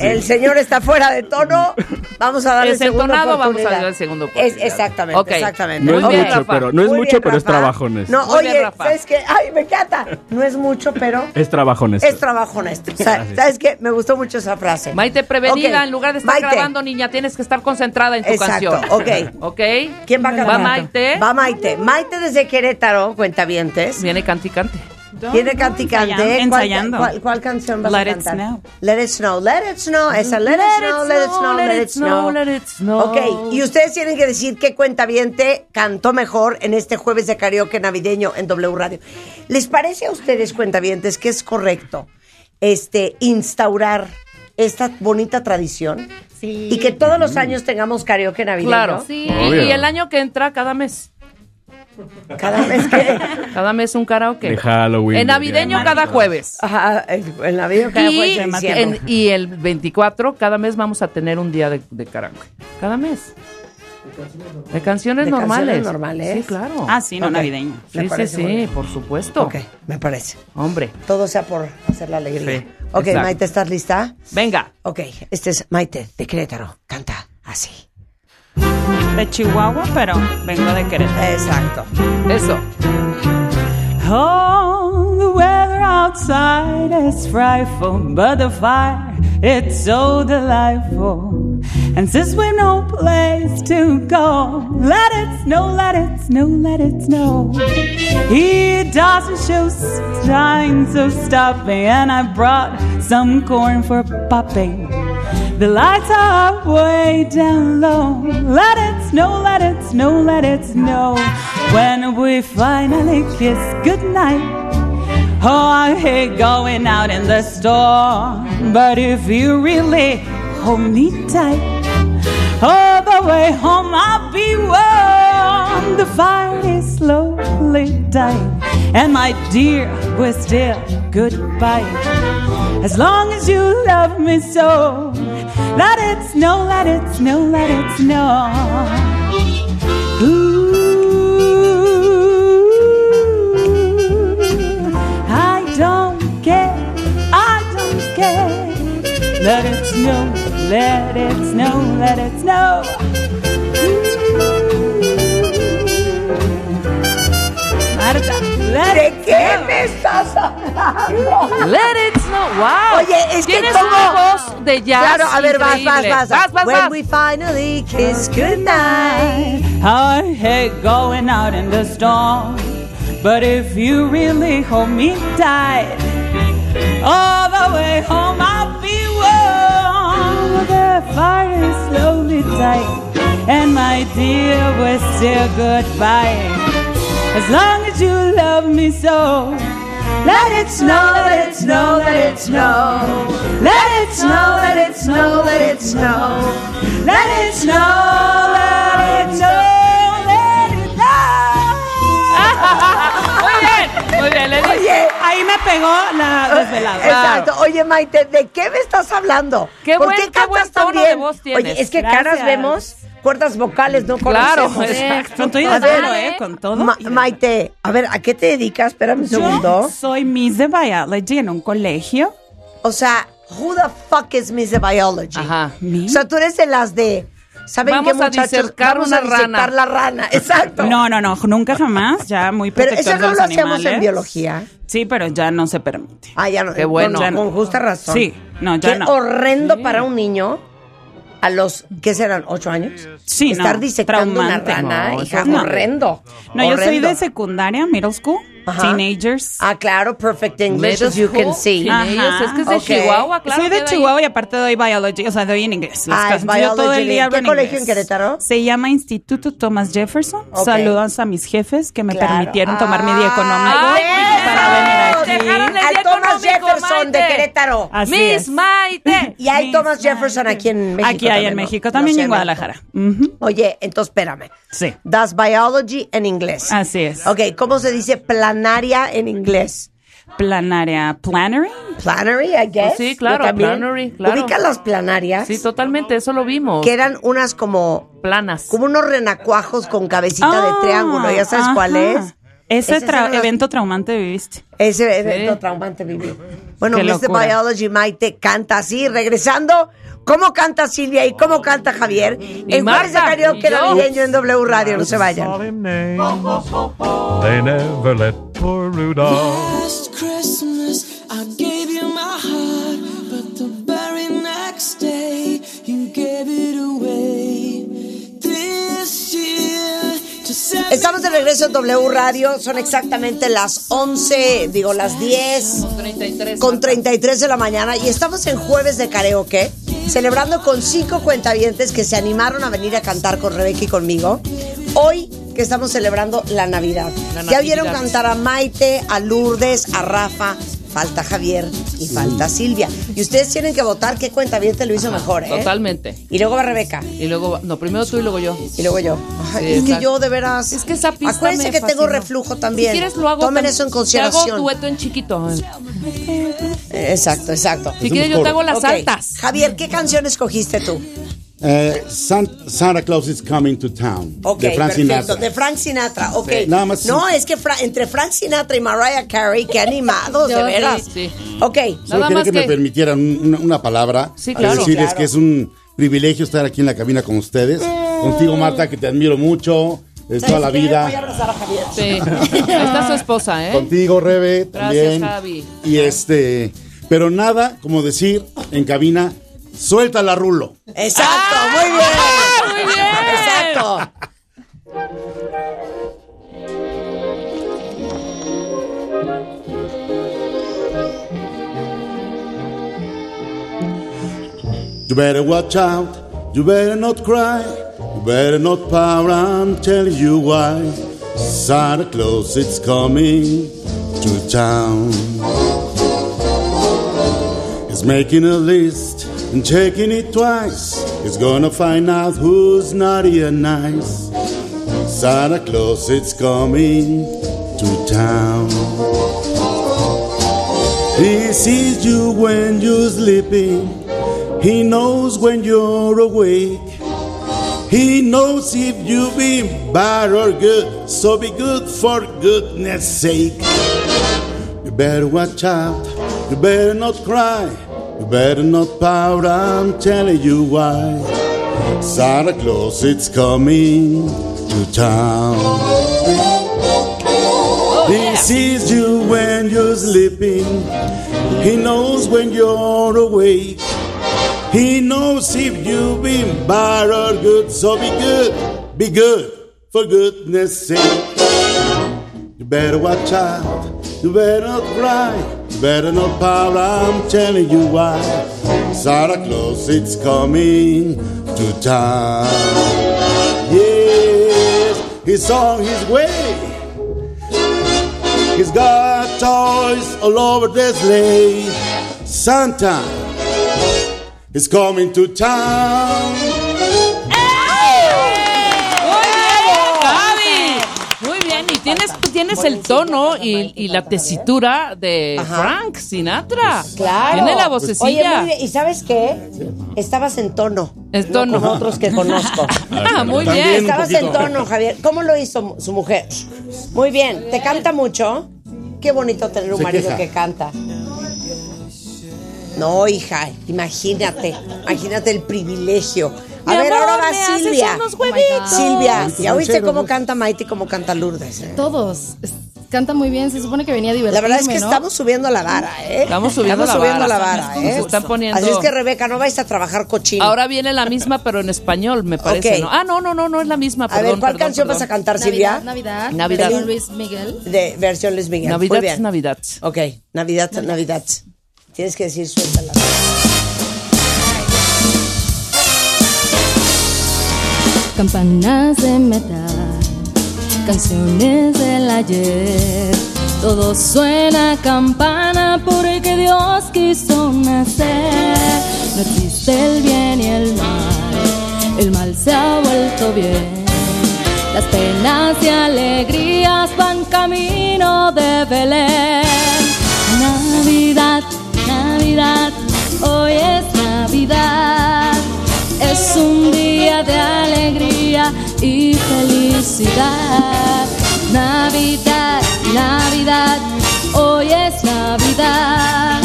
Speaker 5: El señor está fuera de tono. Vamos a darle segunda
Speaker 4: Desentonado, vamos a
Speaker 5: oportunidad.
Speaker 4: darle el segundo
Speaker 5: Es, exactamente,
Speaker 4: Ok.
Speaker 5: exactamente.
Speaker 10: No es
Speaker 5: Muy bien,
Speaker 10: mucho,
Speaker 5: Rafa.
Speaker 10: pero no es
Speaker 5: Muy
Speaker 10: mucho,
Speaker 5: bien,
Speaker 10: pero es
Speaker 5: Rafa.
Speaker 10: trabajones.
Speaker 5: No,
Speaker 4: Muy bien,
Speaker 5: oye,
Speaker 4: Rafa.
Speaker 5: ¿sabes qué? Ay, me encanta. No es mucho, pero
Speaker 10: Es trabajo honesto.
Speaker 5: es trabajo honesto. O sea,
Speaker 10: Gracias.
Speaker 5: ¿Sabes qué? Me gustó mucho esa frase.
Speaker 4: Maite prevenida, en lugar de estar
Speaker 5: Maite.
Speaker 4: grabando, niña, tienes que estar concentrada en tu
Speaker 5: Exacto,
Speaker 4: canción.
Speaker 5: ok.
Speaker 4: Ok.
Speaker 5: ¿Quién va a cantar?
Speaker 4: Va Maite.
Speaker 5: Va Maite. Maite desde Querétaro, cuentavientes.
Speaker 4: Viene canticante.
Speaker 5: Viene canticante. ¿Cuál-
Speaker 16: Ensayando.
Speaker 5: ¿Cuál, cuál canción vas
Speaker 16: Let
Speaker 5: a
Speaker 16: It
Speaker 5: cantar?
Speaker 16: Snow.
Speaker 5: Let it snow. Let it snow. Esa, let, it snow, let it snow, let it snow.
Speaker 4: let it snow.
Speaker 5: Ok, y ustedes tienen que decir qué cuentaviente cantó mejor en este jueves de karaoke navideño en W Radio. ¿Les parece a ustedes, cuentavientes, que es correcto este, instaurar esta bonita tradición?
Speaker 9: Sí.
Speaker 5: Y que todos los años tengamos karaoke navideño.
Speaker 4: Claro. Y, y el año que entra, cada mes.
Speaker 5: Cada mes que.
Speaker 4: Cada mes un karaoke.
Speaker 10: De Halloween.
Speaker 4: En navideño
Speaker 10: de-
Speaker 4: cada jueves.
Speaker 5: Ajá, el, el navideño cada
Speaker 4: Y,
Speaker 5: jueves de diciembre.
Speaker 4: en- y el 24, cada mes vamos a tener un día de, de karaoke. Cada mes. De canciones
Speaker 5: De canciones
Speaker 4: normales.
Speaker 5: normales.
Speaker 4: Sí, claro.
Speaker 16: Ah, sí, no
Speaker 5: Ok.
Speaker 16: navideño.
Speaker 5: Me
Speaker 4: Sí, sí,
Speaker 5: parece
Speaker 4: sí,
Speaker 5: muy bien.
Speaker 4: por supuesto.
Speaker 5: Ok, me parece.
Speaker 4: Hombre.
Speaker 5: Todo sea por hacer la alegría.
Speaker 4: Sí,
Speaker 5: ok,
Speaker 4: exacto.
Speaker 5: Maite, ¿estás lista?
Speaker 4: Venga.
Speaker 5: Ok, este es Maite de Querétaro. Canta así.
Speaker 16: De Chihuahua, pero vengo de Querétaro.
Speaker 5: Exacto.
Speaker 4: Eso.
Speaker 16: Oh, the weather outside is frightful, but the fire, it's so delightful. And since we've no place to go, let it snow, let it snow, let it snow. He doesn't show signs of stopping, and I brought some corn for popping. The lights are up, way down low. Let it snow, let it snow, let it snow. When we finally kiss goodnight, Oh, I hate going out in the storm, but if you really hold me tight, all the way home I'll be warm. The fire is slowly dying, and my dear, we're still goodbye. As long as you love me so, let it snow, let it snow, let it snow. Ooh. I don't care, I don't care. Let it snow, let it snow, let it snow. Marta, let
Speaker 5: ¿De
Speaker 16: it
Speaker 5: qué
Speaker 16: snow.
Speaker 5: me estás
Speaker 16: [LAUGHS]
Speaker 5: hablando?
Speaker 4: Let it snow. Wow.
Speaker 5: Oye, es que
Speaker 4: Tienes
Speaker 5: como-
Speaker 4: una voz de jazz.
Speaker 5: Claro, a ver, vas, vas,
Speaker 4: increíble.
Speaker 5: vas.
Speaker 4: Vas, vas,
Speaker 5: When
Speaker 4: vas.
Speaker 5: we finally kiss goodnight.
Speaker 16: I hate going out in the storm, but if you really hold me tight, all the way home I'll be warm. The fire is slowly tight, and my dear, we're still goodbye. As long as you love me so, let it snow, let it snow, let it snow, let it snow, let it snow, let it snow. Let it snow, let it snow, let it snow.
Speaker 4: Muy bien. Muy bien, Leli.
Speaker 5: Oye,
Speaker 16: Ahí me pegó la desvelada.
Speaker 5: Ah, eh, exacto. Oye, Maite, ¿de qué me estás hablando?
Speaker 4: Qué
Speaker 5: ¿Por
Speaker 4: buen-
Speaker 5: qué
Speaker 4: qué
Speaker 5: cantas
Speaker 4: buen
Speaker 5: tan
Speaker 4: tono
Speaker 5: bien?
Speaker 4: de voz tienes.
Speaker 5: Oye, es que
Speaker 16: Gracias.
Speaker 5: caras vemos, cuerdas vocales no
Speaker 4: Claro,
Speaker 5: conocemos.
Speaker 4: exacto.
Speaker 16: Con todo y
Speaker 5: A
Speaker 16: desvelo,
Speaker 5: ver,
Speaker 16: ¿eh? Con todo.
Speaker 5: Ma-
Speaker 16: y desvelo.
Speaker 5: Maite, a ver, ¿a qué te dedicas? Espérame un
Speaker 16: Yo
Speaker 5: segundo.
Speaker 16: soy Miss de Biology en un colegio.
Speaker 5: O sea, who the fuck is Miss de Biology?
Speaker 4: Ajá.
Speaker 5: O sea, tú eres de las de. ¿Saben
Speaker 4: Vamos
Speaker 5: qué,
Speaker 4: a
Speaker 5: muchachos?
Speaker 4: disercar
Speaker 5: Vamos
Speaker 4: una
Speaker 5: a disertar
Speaker 4: rana.
Speaker 5: la rana. [LAUGHS] Exacto.
Speaker 16: No, no, no, nunca jamás. Ya muy
Speaker 5: Pero
Speaker 16: protector
Speaker 5: eso
Speaker 16: de
Speaker 5: no
Speaker 16: los
Speaker 5: lo hacíamos en
Speaker 16: animales.
Speaker 5: biología.
Speaker 16: Sí, pero ya no se permite.
Speaker 5: Ah, ya no.
Speaker 4: Qué
Speaker 5: con-
Speaker 4: bueno.
Speaker 16: Ya
Speaker 5: Con,
Speaker 16: no.
Speaker 5: justa razón.
Speaker 16: Sí, no, ya
Speaker 5: Qué
Speaker 16: no.
Speaker 5: horrendo para un niño a los, ¿qué serán? ¿Ocho años?
Speaker 16: Sí, no,
Speaker 5: Estar disectando
Speaker 16: traumante.
Speaker 5: una rana,
Speaker 16: No,
Speaker 5: hija,
Speaker 16: eso no.
Speaker 5: horrendo.
Speaker 16: No, yo soy
Speaker 5: horrendo.
Speaker 16: de secundaria, middle school,
Speaker 5: Ajá.
Speaker 16: teenagers.
Speaker 5: Ah, claro, perfect English,
Speaker 4: Middle
Speaker 5: as you can
Speaker 4: school,
Speaker 5: see.
Speaker 4: teenagers,
Speaker 16: Ajá.
Speaker 4: Es que es de
Speaker 5: Ok.
Speaker 4: Chihuahua, claro.
Speaker 16: Soy de
Speaker 4: queda ahí.
Speaker 16: Chihuahua y aparte doy biology, o sea, doy en inglés. las
Speaker 5: Ah,
Speaker 16: clases.
Speaker 5: es
Speaker 16: Yo todo
Speaker 5: biology.
Speaker 16: el día
Speaker 5: ¿Qué
Speaker 16: hablo en
Speaker 5: colegio
Speaker 16: inglés.
Speaker 5: en Querétaro?
Speaker 16: Se llama Instituto Thomas Jefferson.
Speaker 5: Ok.
Speaker 16: Saludos a mis jefes que me
Speaker 5: Claro.
Speaker 16: permitieron tomar mi día económico
Speaker 4: ¡Ay,
Speaker 16: para
Speaker 4: eso!
Speaker 16: venir aquí.
Speaker 4: Dejaron el
Speaker 5: Al
Speaker 4: día
Speaker 5: Thomas
Speaker 4: económico,
Speaker 5: Jefferson de
Speaker 4: Maite.
Speaker 5: Querétaro.
Speaker 16: Así
Speaker 4: Miss
Speaker 16: es. [LAUGHS]
Speaker 4: Maite.
Speaker 5: Y hay
Speaker 16: Miss
Speaker 5: Thomas Jefferson
Speaker 16: Maite.
Speaker 5: aquí en México.
Speaker 16: Aquí hay en
Speaker 5: ¿no?
Speaker 16: México,
Speaker 5: No
Speaker 16: también
Speaker 5: sé,
Speaker 16: en Guadalajara. Ujú.
Speaker 5: Oye, entonces espérame.
Speaker 16: Sí.
Speaker 5: Das biology en inglés.
Speaker 16: Así es.
Speaker 5: Ok, ¿cómo se dice planaria en inglés?
Speaker 16: Planaria, planary.
Speaker 5: Planary, I guess.
Speaker 4: sí, claro,
Speaker 5: Yo también.
Speaker 4: planary, claro.
Speaker 5: Ubica las planarias,
Speaker 4: Sí, totalmente, eso lo vimos.
Speaker 5: que eran unas como,
Speaker 4: Planas.
Speaker 5: como unos renacuajos con cabecita
Speaker 16: Ah,
Speaker 5: de triángulo, ¿ya sabes cuál
Speaker 16: ajá.
Speaker 5: es?
Speaker 16: Ese,
Speaker 5: Ese
Speaker 16: tra-
Speaker 5: era la-
Speaker 16: evento traumante viviste.
Speaker 5: Ese evento traumante viví. Bueno,
Speaker 16: Qué
Speaker 5: Mr.
Speaker 16: locura.
Speaker 5: Biology Maite canta así, regresando. ¿Cómo canta Silvia y cómo canta Javier? En Jueves de
Speaker 6: Marta,
Speaker 5: Karaoke
Speaker 6: y yo.
Speaker 5: Navideño en W Radio, no se vayan.
Speaker 2: They never let poor Rudolph.
Speaker 17: Last Christmas, I gave you my heart, but the very next day, you gave it away. This year, to set
Speaker 5: Estamos de regreso en W Radio, son exactamente las 11, digo las 10, con 33 de la mañana y estamos en jueves de karaoke, celebrando con cinco cuentavientes que se animaron a venir a cantar con Rebeca y conmigo. Hoy que estamos celebrando la Navidad.
Speaker 18: La
Speaker 5: Ya vieron
Speaker 18: Natividad.
Speaker 5: cantar a Maite, a Lourdes, a Rafa, falta Javier y falta Silvia. Y ustedes tienen que votar qué cuentaviente lo hizo mejor, ¿eh?
Speaker 4: Totalmente.
Speaker 5: Y luego va Rebeca.
Speaker 4: Y luego, va- no, primero tú y luego yo.
Speaker 5: Y luego yo. Ay, es que yo de veras. Es que esa
Speaker 4: pista
Speaker 5: Acuérdense
Speaker 4: me
Speaker 5: que tengo
Speaker 4: fascinó.
Speaker 5: reflujo también.
Speaker 4: Si quieres lo hago.
Speaker 5: Tomen
Speaker 4: tam-
Speaker 5: eso en
Speaker 4: te Hago
Speaker 5: consideración.
Speaker 4: dueto en chiquito.
Speaker 5: Eh, Exacto, exacto.
Speaker 4: Si quieres, yo te hago las
Speaker 5: Ok.
Speaker 4: altas.
Speaker 5: Javier, ¿qué canción escogiste tú?
Speaker 13: Eh, San- Santa Claus is coming to town.
Speaker 5: Ok,
Speaker 13: de Frank
Speaker 5: perfecto.
Speaker 13: Sinatra.
Speaker 5: De Frank Sinatra, ok.
Speaker 13: Sí. Nada más-
Speaker 5: no, es que Fra- entre Frank Sinatra y Mariah Carey, qué
Speaker 4: [LAUGHS]
Speaker 5: animados, de
Speaker 4: Yo
Speaker 5: veras.
Speaker 4: sí,
Speaker 5: Ok.
Speaker 13: Solo quería que, me permitieran un- una, una palabra.
Speaker 5: Sí,
Speaker 13: a
Speaker 5: claro.
Speaker 13: decirles
Speaker 5: Claro.
Speaker 13: que es un privilegio estar aquí en la cabina con ustedes. Contigo, Marta, que te admiro mucho. eh, toda la
Speaker 5: Eh. Voy a
Speaker 13: vida.
Speaker 5: abrazar a Javier.
Speaker 4: Sí. Ahí está su esposa, ¿eh?
Speaker 13: Contigo, Rebe,
Speaker 4: Gracias,
Speaker 13: también.
Speaker 4: Javi.
Speaker 13: Y este. Pero nada como decir en cabina, suéltala, Rulo.
Speaker 5: Exacto, muy
Speaker 4: Ah,
Speaker 5: bien. Muy bien. Exacto.
Speaker 13: You better watch out. You better not cry. You better not pout. I'm telling you why. Santa Claus is coming to town. He's making a list and checking it twice. He's gonna find out who's naughty and nice. Santa Claus is coming to town. He sees you when you're sleeping. He knows when you're awake. He knows if you've been bad or good. So be good for goodness sake. You better watch out. You better not cry. You better not pout. I'm telling you why. Santa Claus, it's coming to town.
Speaker 6: Oh,
Speaker 13: He sees you when you're sleeping. He knows when you're awake. He knows if you've been bad or good. So be good, be good, for goodness sake. You better watch out. You better not cry. You better not pout. I'm telling you why. Santa Claus, it's coming to town. Yes, he's on his way. He's got toys all over the sleigh. Santa is coming to town.
Speaker 4: Javi. Muy bien, y tienes, tienes el tono y, y la tesitura de Frank Sinatra.
Speaker 18: Pues,
Speaker 5: Pues, Claro.
Speaker 4: Tiene
Speaker 5: Oye,
Speaker 4: la vocecilla.
Speaker 5: muy bien. ¿Y sabes qué? Estabas en tono.
Speaker 4: En tono.
Speaker 5: Con otros que
Speaker 18: [LAUGHS]
Speaker 5: conozco.
Speaker 4: Ah, muy bien.
Speaker 5: Estabas en tono, Javier. ¿Cómo lo hizo mu- su mujer? Muy bien. ¿Te canta mucho? Qué bonito tener un
Speaker 18: Se
Speaker 5: marido
Speaker 18: queja.
Speaker 5: que canta. No, hija, imagínate. Imagínate el privilegio. A
Speaker 18: Mi
Speaker 5: ver,
Speaker 18: amor,
Speaker 5: ahora va
Speaker 18: me haces
Speaker 5: Silvia. Oh
Speaker 18: unos huevitos.
Speaker 5: Silvia,
Speaker 18: Huevitos
Speaker 5: ¿ya oíste
Speaker 18: rancheros,
Speaker 5: cómo
Speaker 18: ¿no?
Speaker 5: canta Maite y cómo canta Lourdes? eh?
Speaker 18: Todos. Es- Canta muy bien, se supone que venía a
Speaker 5: La
Speaker 18: divertirme,
Speaker 5: verdad es que
Speaker 18: ¿no?
Speaker 5: estamos subiendo la vara, ¿eh?
Speaker 4: Estamos subiendo
Speaker 5: Estamos
Speaker 4: la
Speaker 5: subiendo
Speaker 4: vara.
Speaker 5: la vara, ¿eh?
Speaker 4: Nos están poniendo-
Speaker 5: Así es que, Rebeca, no vais a trabajar cochino.
Speaker 4: Ahora viene la misma, pero en español, me parece.
Speaker 5: Ok.
Speaker 4: ¿no? Ah, no, no, no, no es la misma.
Speaker 5: A ver, ¿cuál canción vas a cantar, Silvia?
Speaker 18: Navidad,
Speaker 4: Navidad.
Speaker 18: de Luis Miguel.
Speaker 5: de versión Luis Miguel.
Speaker 4: Navidad
Speaker 5: Muy
Speaker 4: es
Speaker 5: bien.
Speaker 4: Navidad.
Speaker 5: Ok, Navidad, Navidad. Tienes que decir suéltala.
Speaker 8: Campanas de metal, canciones del ayer. Todo suena a campana porque Dios quiso nacer. No existe el bien y el mal, el mal se ha vuelto bien. Las penas y alegrías van camino de Belén. Navidad, Navidad, hoy es Navidad. Es un día de alegría y felicidad. Navidad,
Speaker 18: Navidad, hoy es Navidad.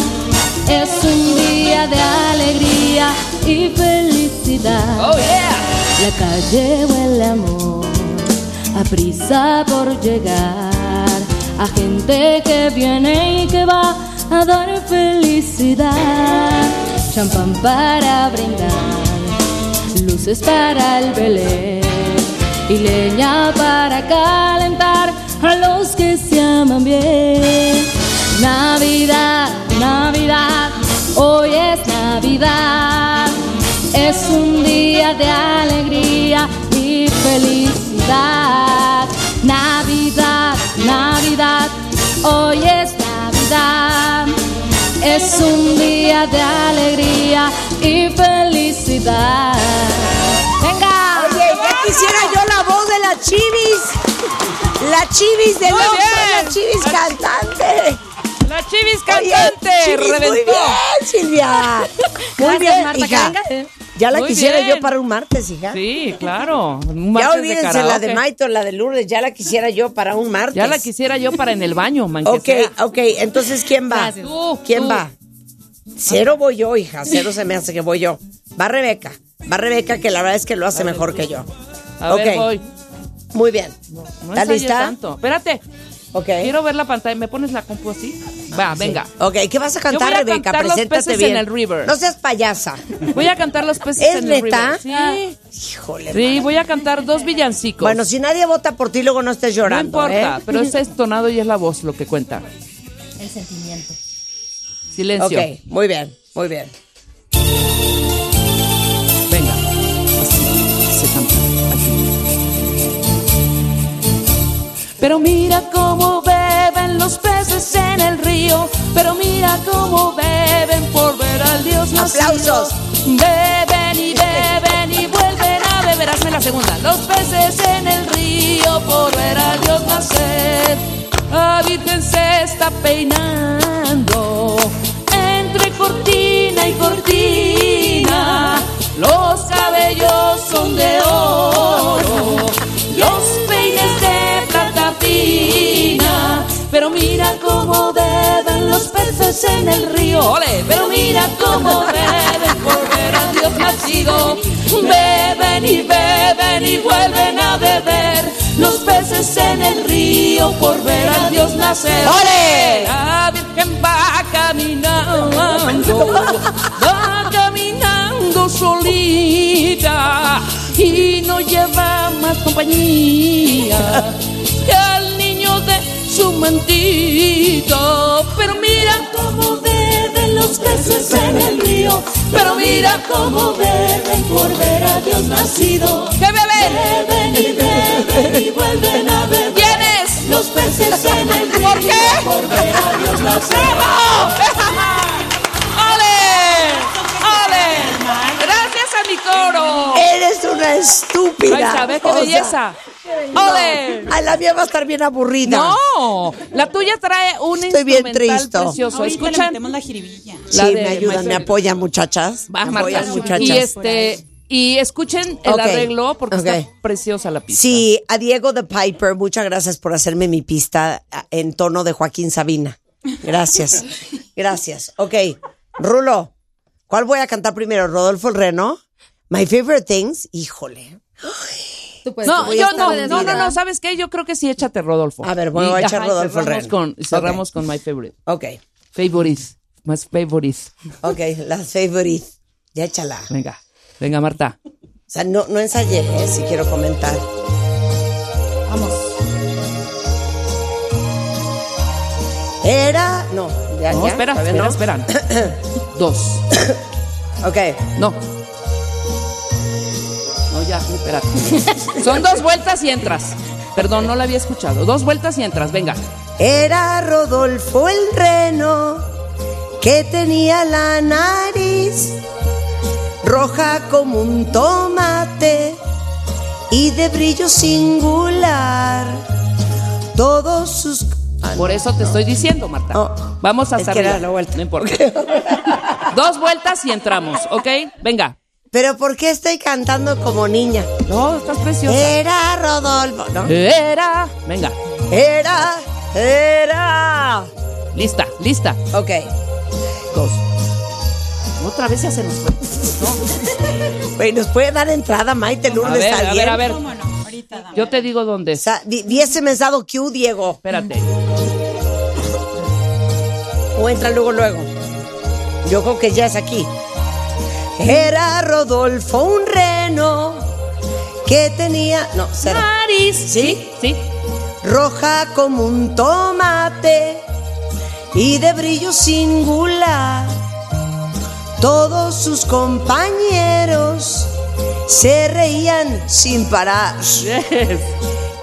Speaker 18: Es un día de alegría y felicidad.
Speaker 17: Oh, yeah.
Speaker 18: La calle huele a amor, a prisa por llegar, a gente que viene y que va a dar felicidad. Champán para brindar, luces para el Belén y leña para calentar a los que se aman bien. Navidad, Navidad, hoy es Navidad. Es un día de alegría y felicidad. Navidad, Navidad, hoy es Navidad. Es un día de alegría y felicidad. ¡Venga!
Speaker 5: Oye, ya quisiera yo la voz de la Chivis. La Chivis de
Speaker 17: Muy
Speaker 5: Oxxo,
Speaker 17: bien.
Speaker 5: la Chivis cantante.
Speaker 4: La Chivis
Speaker 17: cantante, reventó.
Speaker 5: Muy bien, [LAUGHS] Silvia. Muy
Speaker 17: Gracias,
Speaker 5: bien,
Speaker 17: Marta,
Speaker 5: hija.
Speaker 17: que venga.
Speaker 5: Ya la
Speaker 17: Muy
Speaker 5: quisiera
Speaker 17: bien.
Speaker 5: yo para un martes, hija.
Speaker 4: Sí, claro. Un
Speaker 5: Ya
Speaker 4: martes de
Speaker 5: olvídense la de
Speaker 4: karaoke.
Speaker 5: Maito, la de Lourdes, ya la quisiera yo para un martes.
Speaker 4: Ya la quisiera yo para en el baño, man. que
Speaker 5: Ok,
Speaker 4: sea.
Speaker 5: ok, entonces ¿quién va?
Speaker 4: Gracias. Tú,
Speaker 5: ¿Quién
Speaker 4: tú.
Speaker 5: va? Cero voy yo, hija, cero se me hace que voy yo. Va Rebeca, va Rebeca que la verdad es que lo hace mejor que yo.
Speaker 4: A
Speaker 5: Ok.
Speaker 4: ver, voy.
Speaker 5: Muy bien.
Speaker 4: No
Speaker 5: ¿Está
Speaker 4: ensayes
Speaker 5: lista?
Speaker 4: tanto. Espérate.
Speaker 5: Ok.
Speaker 4: Quiero ver la pantalla. ¿Me pones la compu así? Va, venga.
Speaker 5: Ok, ¿qué vas a
Speaker 4: Yo
Speaker 5: cantar,
Speaker 4: voy a
Speaker 5: Rebeca?
Speaker 4: cantar Los
Speaker 5: Preséntate
Speaker 4: peces
Speaker 5: bien.
Speaker 4: en el river.
Speaker 5: No seas payasa.
Speaker 4: Voy a cantar los peces
Speaker 5: ¿Es
Speaker 4: en el
Speaker 5: neta?
Speaker 4: river. Sí.
Speaker 5: Híjole.
Speaker 4: Sí, voy a cantar dos villancicos.
Speaker 5: Bueno, si nadie vota por ti, luego no estés
Speaker 4: no
Speaker 5: llorando.
Speaker 4: importa,
Speaker 5: ¿eh? [LAUGHS]
Speaker 4: pero es estonado y es la voz lo que cuenta.
Speaker 18: El sentimiento.
Speaker 4: Silencio.
Speaker 5: Ok, muy bien, muy bien.
Speaker 4: Venga. Así se canta.
Speaker 17: Pero mira cómo beben los peces en el río. Pero mira cómo beben por ver al Dios nacido.
Speaker 5: ¡Aplausos!
Speaker 17: Beben y beben y vuelven a beber. Hazme la segunda. Los peces en el río por ver al Dios nacer. La Virgen se está peinando. Entre cortina y cortina. Los cabellos son de oro los peines de plata fina. Pero mira cómo beben los peces en el río. ¡Ole! Pero mira cómo beben por ver a Dios nacido. Beben y beben y vuelven a beber los peces en el río por ver a Dios nacer.
Speaker 5: ¡Ole!
Speaker 17: La Virgen va caminando, va caminando solita y no lleva más compañía que al niño de su mantito. Pero mira cómo beben los peces en el río, pero mira cómo beben por ver a Dios nacido. ¡Que beben! Beben y beben y vuelven a beber. ¿Quiénes? Los peces en el río. ¿Por qué? Por ver a Dios
Speaker 4: ¡Ole! ¡Gracias a mi coro!
Speaker 5: Eres una estúpida.
Speaker 4: Ay, ¿sabes qué
Speaker 5: O sea,
Speaker 4: belleza?
Speaker 5: no.
Speaker 4: ¡Ole!
Speaker 5: Ay, la mía va a estar bien aburrida.
Speaker 4: No, la tuya trae un
Speaker 5: Estoy bien
Speaker 4: instrumental
Speaker 5: triste.
Speaker 4: precioso.
Speaker 5: Ahorita le
Speaker 4: Escuchan
Speaker 16: metemos la jiribilla.
Speaker 5: Sí,
Speaker 4: la de
Speaker 5: me ayudan,
Speaker 4: Maestro-
Speaker 5: me apoyan, muchachas.
Speaker 4: Va,
Speaker 5: Me
Speaker 4: Marta.
Speaker 5: apoyan, muchachas.
Speaker 4: Y este y escuchen el
Speaker 5: Ok,
Speaker 4: arreglo porque
Speaker 5: ok.
Speaker 4: está preciosa la pista.
Speaker 5: Sí, a Diego the Piper, muchas gracias por hacerme mi pista a- en tono de Joaquín Sabina.
Speaker 4: [LAUGHS]
Speaker 5: Gracias. gracias. Ok, Rulo, ¿cuál voy a cantar primero? ¿Rodolfo el Reno? My Favorite Things. Híjole.
Speaker 4: No,
Speaker 5: Pues voy a
Speaker 4: yo
Speaker 5: estar
Speaker 4: no,
Speaker 5: perdida.
Speaker 4: no, no, no, ¿sabes qué? Yo creo que sí, échate Rodolfo.
Speaker 5: A ver, bueno,
Speaker 4: Y-
Speaker 5: voy a
Speaker 4: ajá,
Speaker 5: echar
Speaker 4: y
Speaker 5: Rodolfo el
Speaker 4: cerramos
Speaker 5: Reno.
Speaker 4: con-
Speaker 5: Ok.
Speaker 4: y cerramos con My Favorite.
Speaker 5: Ok,
Speaker 4: Favorites. Más favorites.
Speaker 5: ok, las favorite. Ya échala.
Speaker 4: Venga, venga, Marta.
Speaker 5: O sea, no, no ensayé, ¿eh? si quiero comentar. Vamos. Era. No, ya,
Speaker 4: No,
Speaker 5: ya.
Speaker 4: espera,
Speaker 5: todavía
Speaker 4: espera, espera.
Speaker 5: [COUGHS]
Speaker 4: Dos.
Speaker 5: Ok.
Speaker 4: No. No, ya,
Speaker 5: [LAUGHS]
Speaker 4: espérate. Son dos vueltas y entras. Perdón, no la había escuchado. Dos vueltas y entras, venga.
Speaker 5: Era Rodolfo el reno que tenía la nariz roja como un tomate y de brillo singular. Todos sus. Ah,
Speaker 4: Por eso te estoy diciendo, Marta.
Speaker 5: Oh,
Speaker 4: Vamos a
Speaker 5: Es que
Speaker 4: hacer
Speaker 5: era la vuelta. [LAUGHS]
Speaker 4: No importa. Dos vueltas y entramos, ¿ok? Venga.
Speaker 5: Pero ¿por qué estoy cantando como niña?
Speaker 4: No, estás preciosa.
Speaker 5: Era Rodolfo, ¿no?
Speaker 4: Era. Venga.
Speaker 5: Era, era Now.
Speaker 4: Lista, lista.
Speaker 5: Ok.
Speaker 4: Dos. Otra vez ya se nos fue.
Speaker 5: [LAUGHS] Güey, nos puede dar entrada, Maite Lourdes.
Speaker 4: ver, a ver,
Speaker 5: alguien?
Speaker 4: a ver. ¿Cómo Yo te digo dónde.
Speaker 5: Sa- di- di ese mensado Q, Diego.
Speaker 4: Espérate.
Speaker 5: O entra luego, luego. Yo creo que ya es aquí. Era Rodolfo un reno que tenía. No, cero.
Speaker 9: Nariz.
Speaker 5: ¿Sí?
Speaker 4: Sí.
Speaker 5: Roja como un tomate y de brillo singular. Todos sus compañeros se reían sin parar.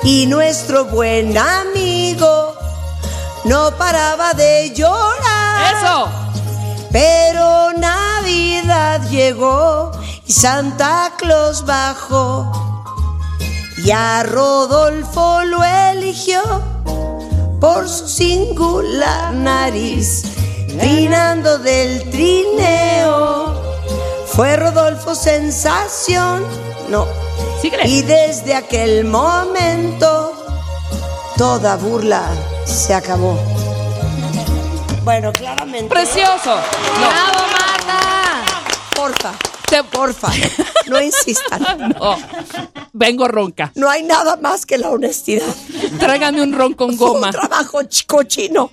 Speaker 5: Y nuestro buen amigo no paraba de llorar.
Speaker 4: ¡Eso!
Speaker 5: Pero Navidad llegó y Santa Claus bajó. Y a Rodolfo lo eligió por su singular nariz. Trinando del trineo, fue Rodolfo sensación. No. Y desde aquel momento, toda burla se acabó. Bueno, claramente.
Speaker 4: ¡Precioso! Ah.
Speaker 5: ¡Bravo, Marta! Porfa, porfa, no insistan.
Speaker 4: [LAUGHS] No, vengo ronca.
Speaker 5: No hay nada más que la honestidad.
Speaker 4: Tráigame un ron con
Speaker 5: [LAUGHS]
Speaker 4: goma.
Speaker 5: Un trabajo ch- cochino,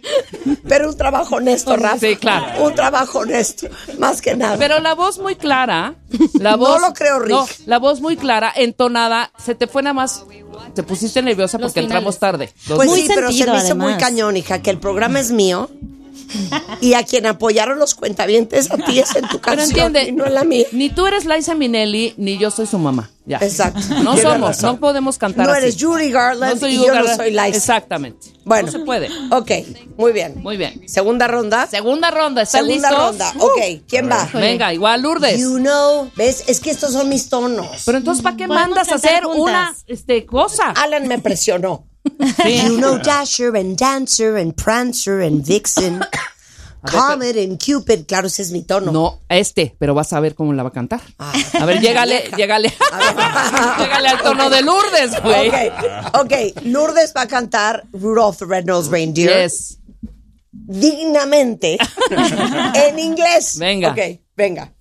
Speaker 5: pero un trabajo honesto, Rafa. Sí, claro. Un trabajo honesto, más que nada.
Speaker 4: Pero la voz muy clara, la
Speaker 5: No
Speaker 4: voz
Speaker 5: lo creo, Rick.
Speaker 4: no, la voz muy clara, entonada, se te fue nada más, te pusiste nerviosa porque entramos tarde. Los-
Speaker 5: Pues sí, pero se me hizo muy cañón, hija, que el programa es [LAUGHS] mío. Y a quien apoyaron los cuentavientes a ti es en tu
Speaker 4: [LAUGHS] Pero
Speaker 5: canción.
Speaker 4: entiende, ni tú eres Liza Minnelli, ni yo soy su mamá. Ya.
Speaker 5: Exacto.
Speaker 4: No
Speaker 5: Tienes
Speaker 4: somos,
Speaker 5: razón.
Speaker 4: no podemos cantar
Speaker 5: No
Speaker 4: así.
Speaker 5: eres Judy Garland y
Speaker 4: Judy
Speaker 5: yo no
Speaker 4: Garland.
Speaker 5: soy Liza.
Speaker 4: Exactamente.
Speaker 5: Bueno.
Speaker 4: No se puede.
Speaker 5: Ok, muy bien.
Speaker 4: Muy bien.
Speaker 5: Segunda ronda.
Speaker 4: Segunda ronda, ¿están
Speaker 5: Segunda
Speaker 4: listos?
Speaker 5: ronda, ok. ¿Quién va?
Speaker 4: Venga, igual Lourdes.
Speaker 5: You know, ¿ves? Es que estos son mis tonos.
Speaker 4: Pero entonces, ¿para qué
Speaker 5: Podemos
Speaker 4: mandas a
Speaker 5: cantar
Speaker 4: hacer
Speaker 5: juntas.
Speaker 4: una este, cosa?
Speaker 5: Alan me presionó. You know Dasher and Dancer and Prancer and Vixen. Comet and Cupid. Claro, ese es mi
Speaker 4: [LAUGHS]
Speaker 5: tono.
Speaker 4: No, este, pero vas a ver cómo la va a cantar.
Speaker 5: Ah.
Speaker 4: a ver,
Speaker 5: [LAUGHS]
Speaker 4: llégale, llégale. llégale al tono de Lourdes, güey.
Speaker 5: Ok, ok. Lourdes va a cantar Rudolph the Red-Nosed Reindeer.
Speaker 4: Yes. [LAUGHS]
Speaker 5: Dignamente. en inglés.
Speaker 4: Venga.
Speaker 5: Ok, venga.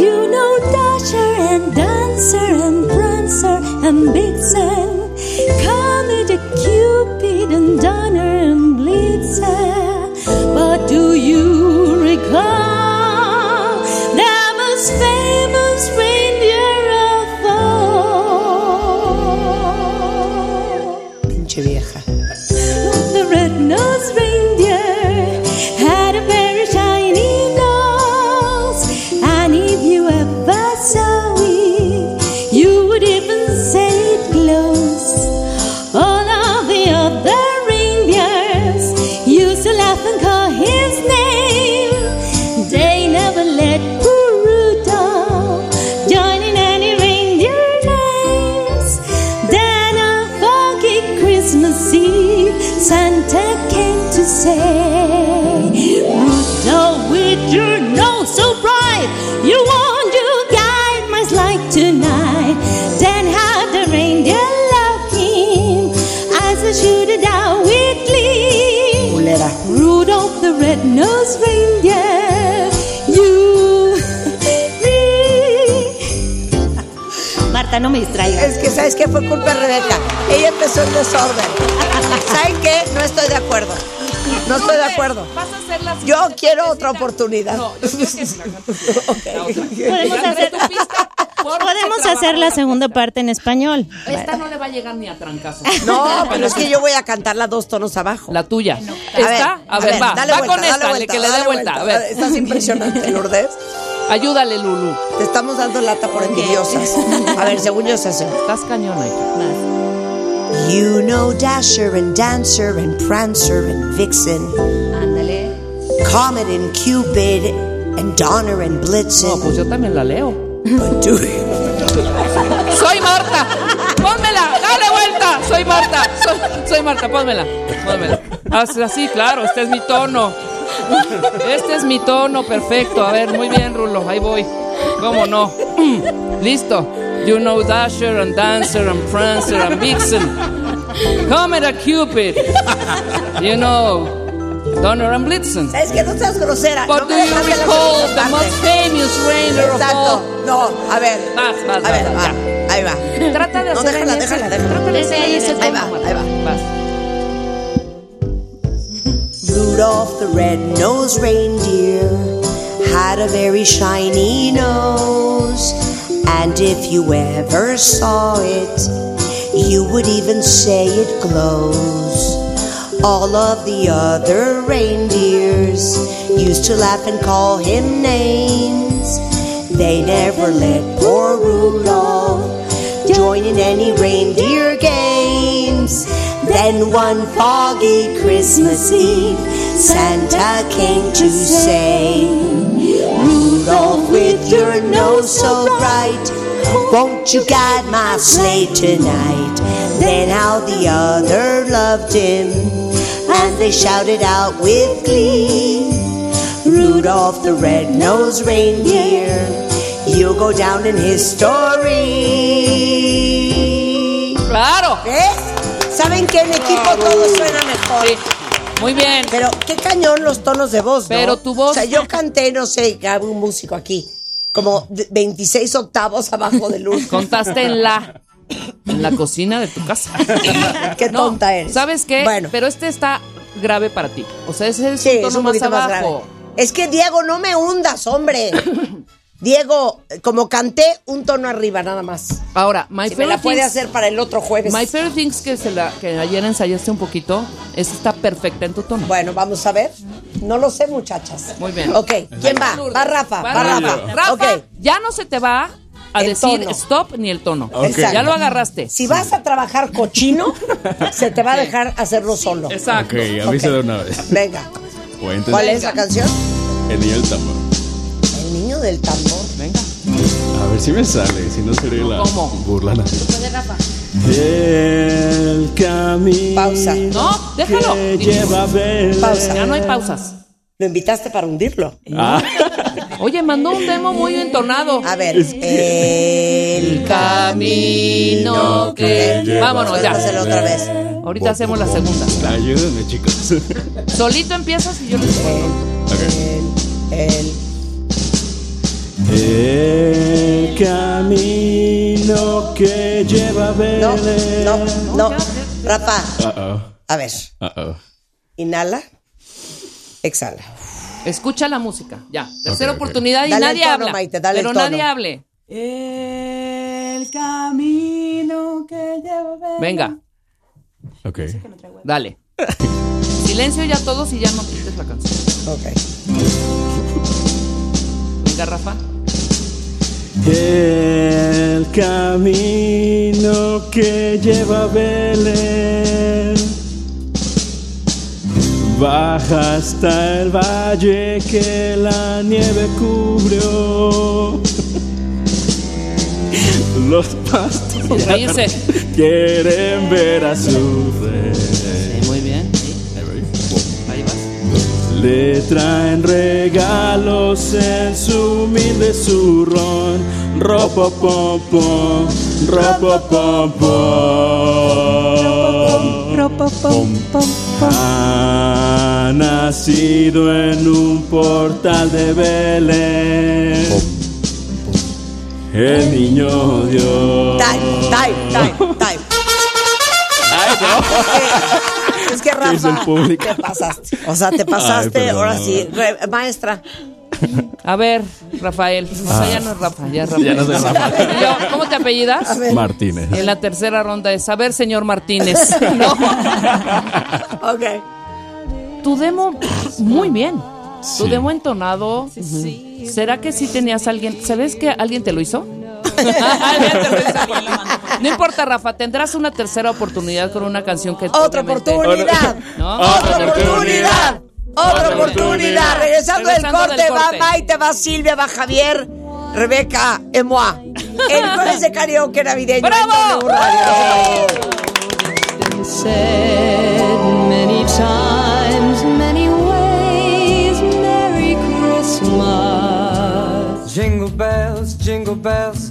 Speaker 8: You know Dasher and Dancer and Prancer and Vixen, Comet and Cupid and Donner and Blitzen. But do you recall the most famous reindeer of all?
Speaker 5: Pinche vieja.
Speaker 8: The red-nosed reindeer had a very shiny nose, and if you ever saw it, you would even say it glows. All of the other reindeers used to laugh and call his name. They never let poor Rudolph join in any reindeer names. Then on foggy Christmas Eve, Santa came to say, Rudolph, with your nose so bright, you won't you guide my slide tonight. Then how the reindeer loved him as they shoot it out with glee.
Speaker 5: Culera.
Speaker 8: Rudolph the red-nosed reindeer, you, [LAUGHS] me,
Speaker 9: Marta, no me distraigas.
Speaker 5: Es que, ¿sabes qué? Fue culpa de Rebeca. Ella empezó el desorden. ¿Saben qué? No estoy de acuerdo. No estoy de acuerdo.
Speaker 4: Vas a hacer las
Speaker 5: Yo quiero otra oportunidad.
Speaker 9: Podemos hacer- [LAUGHS] Podemos hacer la segunda parte en español.
Speaker 4: Esta no le va a llegar ni a trancazo.
Speaker 5: No, pero es que yo voy a cantarla dos tonos abajo.
Speaker 4: La tuya.
Speaker 5: A ver,
Speaker 4: Esta, a ver, va,
Speaker 5: dale
Speaker 4: va
Speaker 5: vuelta,
Speaker 4: con
Speaker 5: dale
Speaker 4: esta, le-
Speaker 5: vuelta,
Speaker 4: que le dé
Speaker 5: dale
Speaker 4: vuelta. A ver.
Speaker 5: Estás impresionante, Lourdes.
Speaker 4: Ayúdale, Lulu.
Speaker 5: Te estamos dando lata por envidiosas. A ver, según yo es así.
Speaker 4: Estás cañona.
Speaker 5: You know Dasher and Dancer and Prancer and Vixen.
Speaker 8: Ándale.
Speaker 5: Comet and Cupid and Donner and Blitzen. No, pues
Speaker 4: yo también la leo.
Speaker 5: But do you
Speaker 4: Soy Marta. Pónmela, dale vuelta. Soy Marta. Soy, soy Marta, pónmela. Pónmela. Haz Así, claro, este es mi tono. Este es mi tono perfecto. A ver, muy bien, Rulo. Ahí voy. ¿Cómo no? Listo. You know Dasher and Dancer and Prancer and Vixen. Comet a Cupid. You know Donner and Blitzen.
Speaker 15: Es que no seas grosera.
Speaker 4: But
Speaker 15: no
Speaker 4: do
Speaker 15: me
Speaker 4: you
Speaker 15: dejas de la
Speaker 4: recall
Speaker 15: segunda parte.
Speaker 4: the most famous reindeer of
Speaker 15: Exacto.
Speaker 4: all?
Speaker 15: No, a ver.
Speaker 4: Vas, vas,
Speaker 15: a ver,
Speaker 4: vas,
Speaker 15: va. Ahí va.
Speaker 4: Trata de
Speaker 15: No,
Speaker 4: hacerla
Speaker 15: déjala,
Speaker 4: en ese-
Speaker 15: déjala, déjala.
Speaker 4: trata de hacerla en ese
Speaker 15: Ahí va, ahí va.
Speaker 4: Vas.
Speaker 15: Rudolph the red-nosed reindeer had a very shiny nose, and if you ever saw it, you would even say it glows. All of the other reindeers used to laugh and call him names. They never let poor Rudolph join in any reindeer games. Then one foggy Christmas Eve, Santa came to say, Rudolph, with your nose so bright, won't you guide my sleigh tonight? Then how the other loved him, and they shouted out with glee. Rudolph the red-nosed reindeer, you'll go down in history.
Speaker 4: ¡Claro!
Speaker 15: ¿Ves? ¿Saben que En equipo todo suena mejor.
Speaker 4: Muy bien.
Speaker 15: Pero qué cañón los tonos de voz, ¿no?
Speaker 4: Pero tu voz-
Speaker 15: O sea, yo canté, no sé, hago un músico aquí, como de- 26 octavos [LAUGHS] abajo del luz.
Speaker 4: Contaste en la. En la cocina de tu casa.
Speaker 15: Qué tonta eres.
Speaker 4: ¿Sabes qué?
Speaker 15: Bueno.
Speaker 4: Pero este está grave para ti. O sea, ese es
Speaker 15: Sí,
Speaker 4: un
Speaker 15: es
Speaker 4: tono
Speaker 15: un
Speaker 4: más
Speaker 15: poquito más
Speaker 4: abajo.
Speaker 15: grave. Es que, Diego, no me hundas,
Speaker 4: [LAUGHS]
Speaker 15: hombre. Diego, como canté, un tono arriba nada más.
Speaker 4: Ahora, My
Speaker 15: Si me la
Speaker 4: Favorite
Speaker 15: puede
Speaker 4: Things-
Speaker 15: hacer para el otro jueves.
Speaker 4: My Favorite Things que, se la, que ayer ensayaste un poquito, esa está perfecta en tu tono.
Speaker 15: Bueno, vamos a ver. No lo sé, muchachas.
Speaker 4: Muy bien.
Speaker 15: Ok, ¿quién va? Va Rafa, va Rafa.
Speaker 4: Rafa,
Speaker 15: Ok.
Speaker 4: ya no se te va a
Speaker 15: El
Speaker 4: decir
Speaker 15: tono.
Speaker 4: stop ni el tono.
Speaker 15: Exacto.
Speaker 4: Ya lo agarraste.
Speaker 15: Si vas a trabajar
Speaker 4: [LAUGHS]
Speaker 15: cochino, se te va a dejar hacerlo solo.
Speaker 4: Exacto.
Speaker 11: Ok, aviso de una vez.
Speaker 15: Venga,
Speaker 11: Cuéntenme.
Speaker 15: ¿cuál es la canción?
Speaker 11: El niño del tambor.
Speaker 15: El niño del tambor.
Speaker 4: Venga.
Speaker 11: A ver si me sale, si no sería la
Speaker 15: ¿Cómo?
Speaker 11: burla nacional.
Speaker 10: El camino.
Speaker 15: Pausa.
Speaker 4: No, déjalo.
Speaker 10: Que lleva Belén.
Speaker 15: Pausa.
Speaker 4: Ya no hay pausas.
Speaker 15: Lo invitaste para hundirlo.
Speaker 11: Ah.
Speaker 4: Oye, mandó un demo muy entonado.
Speaker 15: A ver, el
Speaker 4: camino que- Vámonos, ya.
Speaker 15: Suéltaselo otra vez.
Speaker 4: Ahorita hacemos la segunda.
Speaker 11: Ayúdenme,
Speaker 10: [LAUGHS]
Speaker 11: chicos.
Speaker 4: Solito empiezas y yo les
Speaker 15: El
Speaker 10: El camino que lleva a
Speaker 15: No,
Speaker 10: Belén.
Speaker 15: no, no. Rafa,
Speaker 10: Ah,
Speaker 11: Uh-oh.
Speaker 15: a ver,
Speaker 11: Uh-oh.
Speaker 15: inhala, exhala.
Speaker 4: Escucha la música. Ya. Tercera
Speaker 15: ok.
Speaker 4: oportunidad y
Speaker 15: Dale el
Speaker 4: nadie
Speaker 15: tono,
Speaker 4: habla.
Speaker 15: Maite, dale el
Speaker 4: pero
Speaker 15: tono.
Speaker 4: nadie hable.
Speaker 16: El camino que lleva a Belén.
Speaker 4: Venga,
Speaker 11: Ok.
Speaker 4: dale. Silencio ya todos y ya no quites la canción.
Speaker 15: Ok.
Speaker 4: Venga, Rafa.
Speaker 10: El camino que lleva a Belén baja hasta el valle que la nieve cubrió. Los pastores
Speaker 4: Reírse.
Speaker 10: quieren ver a su rey.
Speaker 4: Muy bien. Ahí vas.
Speaker 10: Le traen regalos en su humilde zurrón. Ropo pom pom, ropo pom pom. Ha nacido en un portal de Belén. El niño Dios.
Speaker 15: Time, time, time, time. Es que- Es que
Speaker 10: ¿Qué hizo el
Speaker 15: Rafa,
Speaker 10: público?
Speaker 15: te pasaste. O sea, te
Speaker 11: Ay,
Speaker 15: pasaste,
Speaker 11: perdón.
Speaker 15: ahora sí. Re- maestra,
Speaker 4: A ver, Rafael. O sea,
Speaker 11: Ah.
Speaker 4: ya no es Rafa, ya es Rafael.
Speaker 11: Ya no
Speaker 4: [LAUGHS]
Speaker 11: soy Rafael.
Speaker 4: Y yo, ¿Cómo te apellidas?
Speaker 11: Martínez.
Speaker 4: En la tercera ronda es, a ver, señor [LAUGHS] Martínez. No.
Speaker 15: ok.
Speaker 4: Tu demo, muy bien. Tu demo entonado. Ujú. ¿Será que sí tenías alguien? ¿Sabes que alguien te lo hizo? [LAUGHS] Alguien te lo hizo por ti. No importa, Rafa, tendrás una tercera oportunidad con una canción que
Speaker 15: Otra
Speaker 4: obviamente-
Speaker 15: oportunidad.
Speaker 4: [LAUGHS] ¿No?
Speaker 15: Otra oportunidad. Otra oportunidad. Regresando del corte, va Maite, va Silvia, va Javier, Rebeca, Emoa. [LAUGHS] El jueves de karaoke navideño. ¡Bravo!
Speaker 5: said many times, many ways, Merry Christmas.
Speaker 7: Jingle bells, jingle bells,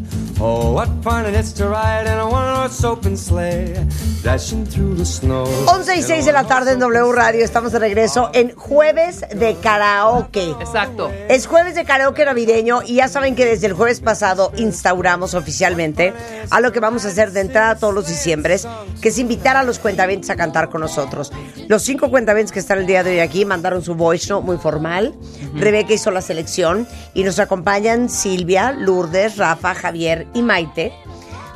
Speaker 7: Oh, what fun it is to ride in a one horse open sleigh. Dashing through the snow.
Speaker 5: 11 y 6 de la tarde en W Radio, estamos de regreso en jueves de karaoke.
Speaker 4: Exacto.
Speaker 5: Es jueves de karaoke navideño y ya saben que desde el jueves pasado instauramos oficialmente a lo que vamos a hacer de entrada todos los diciembres, que es invitar a los cuentavientes a cantar con nosotros. Los cinco cuentavientes que están el día de hoy aquí mandaron su voice note muy formal. Rebeca hizo la selección y nos acompañan Silvia, Lourdes, Rafa, Javier y Maite.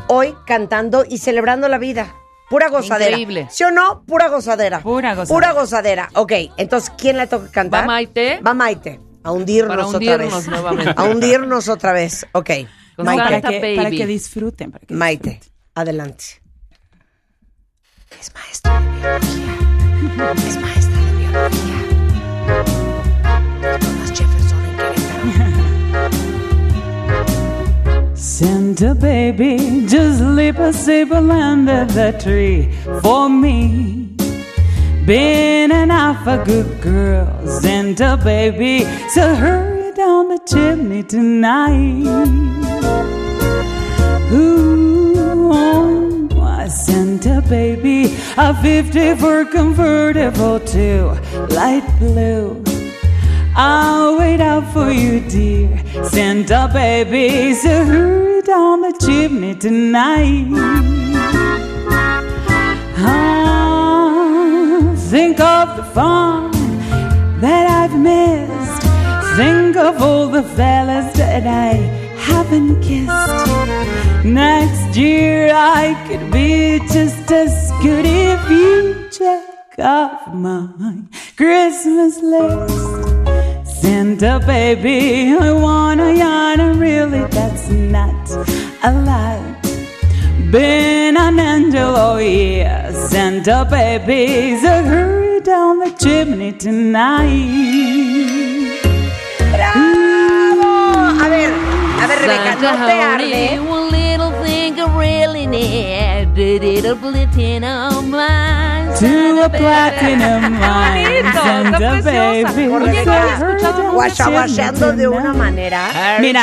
Speaker 5: Hoy cantando y celebrando la vida. Pura gozadera.
Speaker 4: Increíble.
Speaker 5: ¿Sí o no? Pura gozadera. Pura gozadera. Pura gozadera. Ok, entonces, ¿quién le toca cantar? Va Maite. Va Maite. A hundirnos
Speaker 4: Para
Speaker 5: otra
Speaker 4: hundirnos
Speaker 5: vez.
Speaker 4: nuevamente.
Speaker 5: [LAUGHS] A hundirnos otra vez. Ok.
Speaker 16: Con
Speaker 5: Maite.
Speaker 16: Santa Para que- Baby. para que disfruten.
Speaker 5: Maite, adelante.
Speaker 15: Es maestra de biología. Thomas Jefferson en
Speaker 16: Santa baby, just leave a sable under the tree for me. Been an alpha good girl, Santa baby, so hurry down the chimney tonight. Ooh, oh, my Santa baby, a 54 convertible to light blue. I'll wait out for you, dear Santa baby, so hurry down the chimney tonight. Ah, think of the fun that I've missed. Think of all the fellas that I haven't kissed. Next year I could be just as good if you check off my Christmas list. Santa baby, I wanna yarn and really that's not a lie. Been an angel, oh yeah, Santa baby, so hurry down the chimney tonight.
Speaker 5: ¡Bravo! A ver, a ver, Rebeca, no te
Speaker 8: honey,
Speaker 5: arde.
Speaker 8: One little thing I really need. Did it a platinum mine.
Speaker 16: To a
Speaker 5: [LAUGHS]
Speaker 16: platinum mine, Santa baby. so hurry down the
Speaker 5: Guachaguacheando de una manera.
Speaker 16: Mira,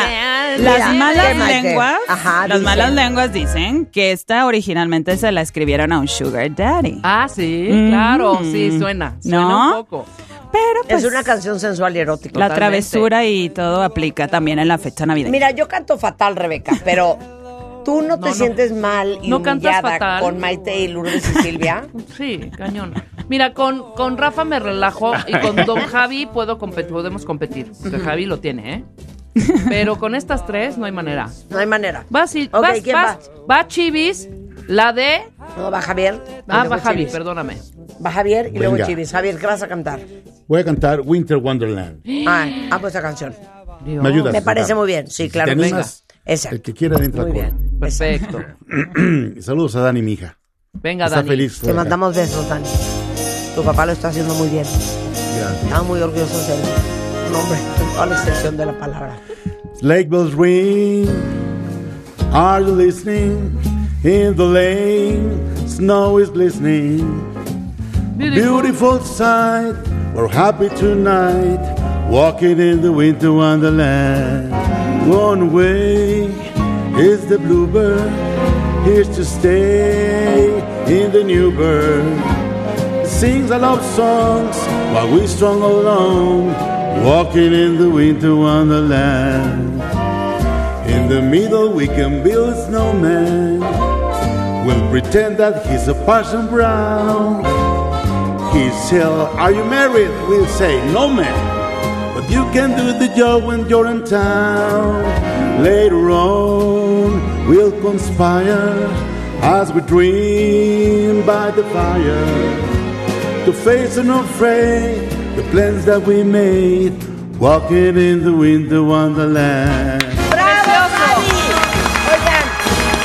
Speaker 16: las
Speaker 5: Mira, ¿qué,
Speaker 16: malas
Speaker 5: Maite?
Speaker 16: lenguas,
Speaker 5: Ajá,
Speaker 16: las
Speaker 5: dicen.
Speaker 16: malas lenguas dicen que esta originalmente se la escribieron a un sugar daddy.
Speaker 4: Ah, sí,
Speaker 16: Mm.
Speaker 4: claro, sí, suena. Suena
Speaker 16: ¿No?
Speaker 4: un poco.
Speaker 16: Pero pues,
Speaker 5: es una canción sensual y erótica.
Speaker 16: La travesura y todo aplica también en la fecha navideña.
Speaker 5: Mira, yo canto fatal, Rebeca, pero tú no te sientes mal y
Speaker 4: No cantas
Speaker 5: humillada
Speaker 4: fatal.
Speaker 5: con Maite y Lourdes y Silvia.
Speaker 4: Sí, cañón. Mira, con, con Rafa me relajo y con
Speaker 5: [LAUGHS]
Speaker 4: Don Javi puedo compet- podemos competir. Porque
Speaker 5: Ujú.
Speaker 4: Javi lo tiene, ¿eh?
Speaker 15: [LAUGHS]
Speaker 4: Pero con estas tres no hay manera.
Speaker 5: No hay manera.
Speaker 4: Va, sí,
Speaker 5: Ok,
Speaker 4: vas-
Speaker 5: ¿quién
Speaker 4: vas- va Chivis, la de.
Speaker 5: No, va Javier.
Speaker 4: Ah,
Speaker 5: luego
Speaker 4: va Javi,
Speaker 5: Chivis.
Speaker 4: perdóname.
Speaker 5: Va Javier y luego
Speaker 13: Venga.
Speaker 5: Chivis. Javier, ¿qué vas a
Speaker 4: [GASPS]
Speaker 5: cantar?
Speaker 13: Voy a cantar Winter Wonderland.
Speaker 5: Ay, amo esta canción.
Speaker 13: ¿Me ayudas?
Speaker 5: Me parece
Speaker 13: Sara?
Speaker 5: muy bien. Sí,
Speaker 13: Si
Speaker 5: claro.
Speaker 13: te
Speaker 5: venga.
Speaker 13: animas, El que quiera entra
Speaker 5: Muy
Speaker 13: con.
Speaker 4: Perfecto.
Speaker 13: [CLEARS THROAT] Saludos a Dani, mi hija.
Speaker 4: Venga,
Speaker 13: Está
Speaker 4: Dani.
Speaker 13: feliz.
Speaker 5: Te mandamos besos, Dani. Tu papá lo está haciendo muy bien. Estaba muy orgulloso de él. Un hombre, con toda la extensión de la palabra.
Speaker 13: Lake bells ring. Are you listening? In the lane, snow is glistening. Beautiful sight. We're happy tonight. Walking in the winter wonderland. One way is the bluebird. Here's to stay in the new bird. Sings our love songs while we strong along. Walking in the winter wonderland. In the middle, we can build a snowman. We'll pretend that he's a Parson Brown. He'll say, Are you married? We'll say, No, man. But you can do the job when you're in town. Later on, we'll conspire as we dream by the fire to face and afraid the plans that we made, walking in the winter wonderland.
Speaker 5: Oigan,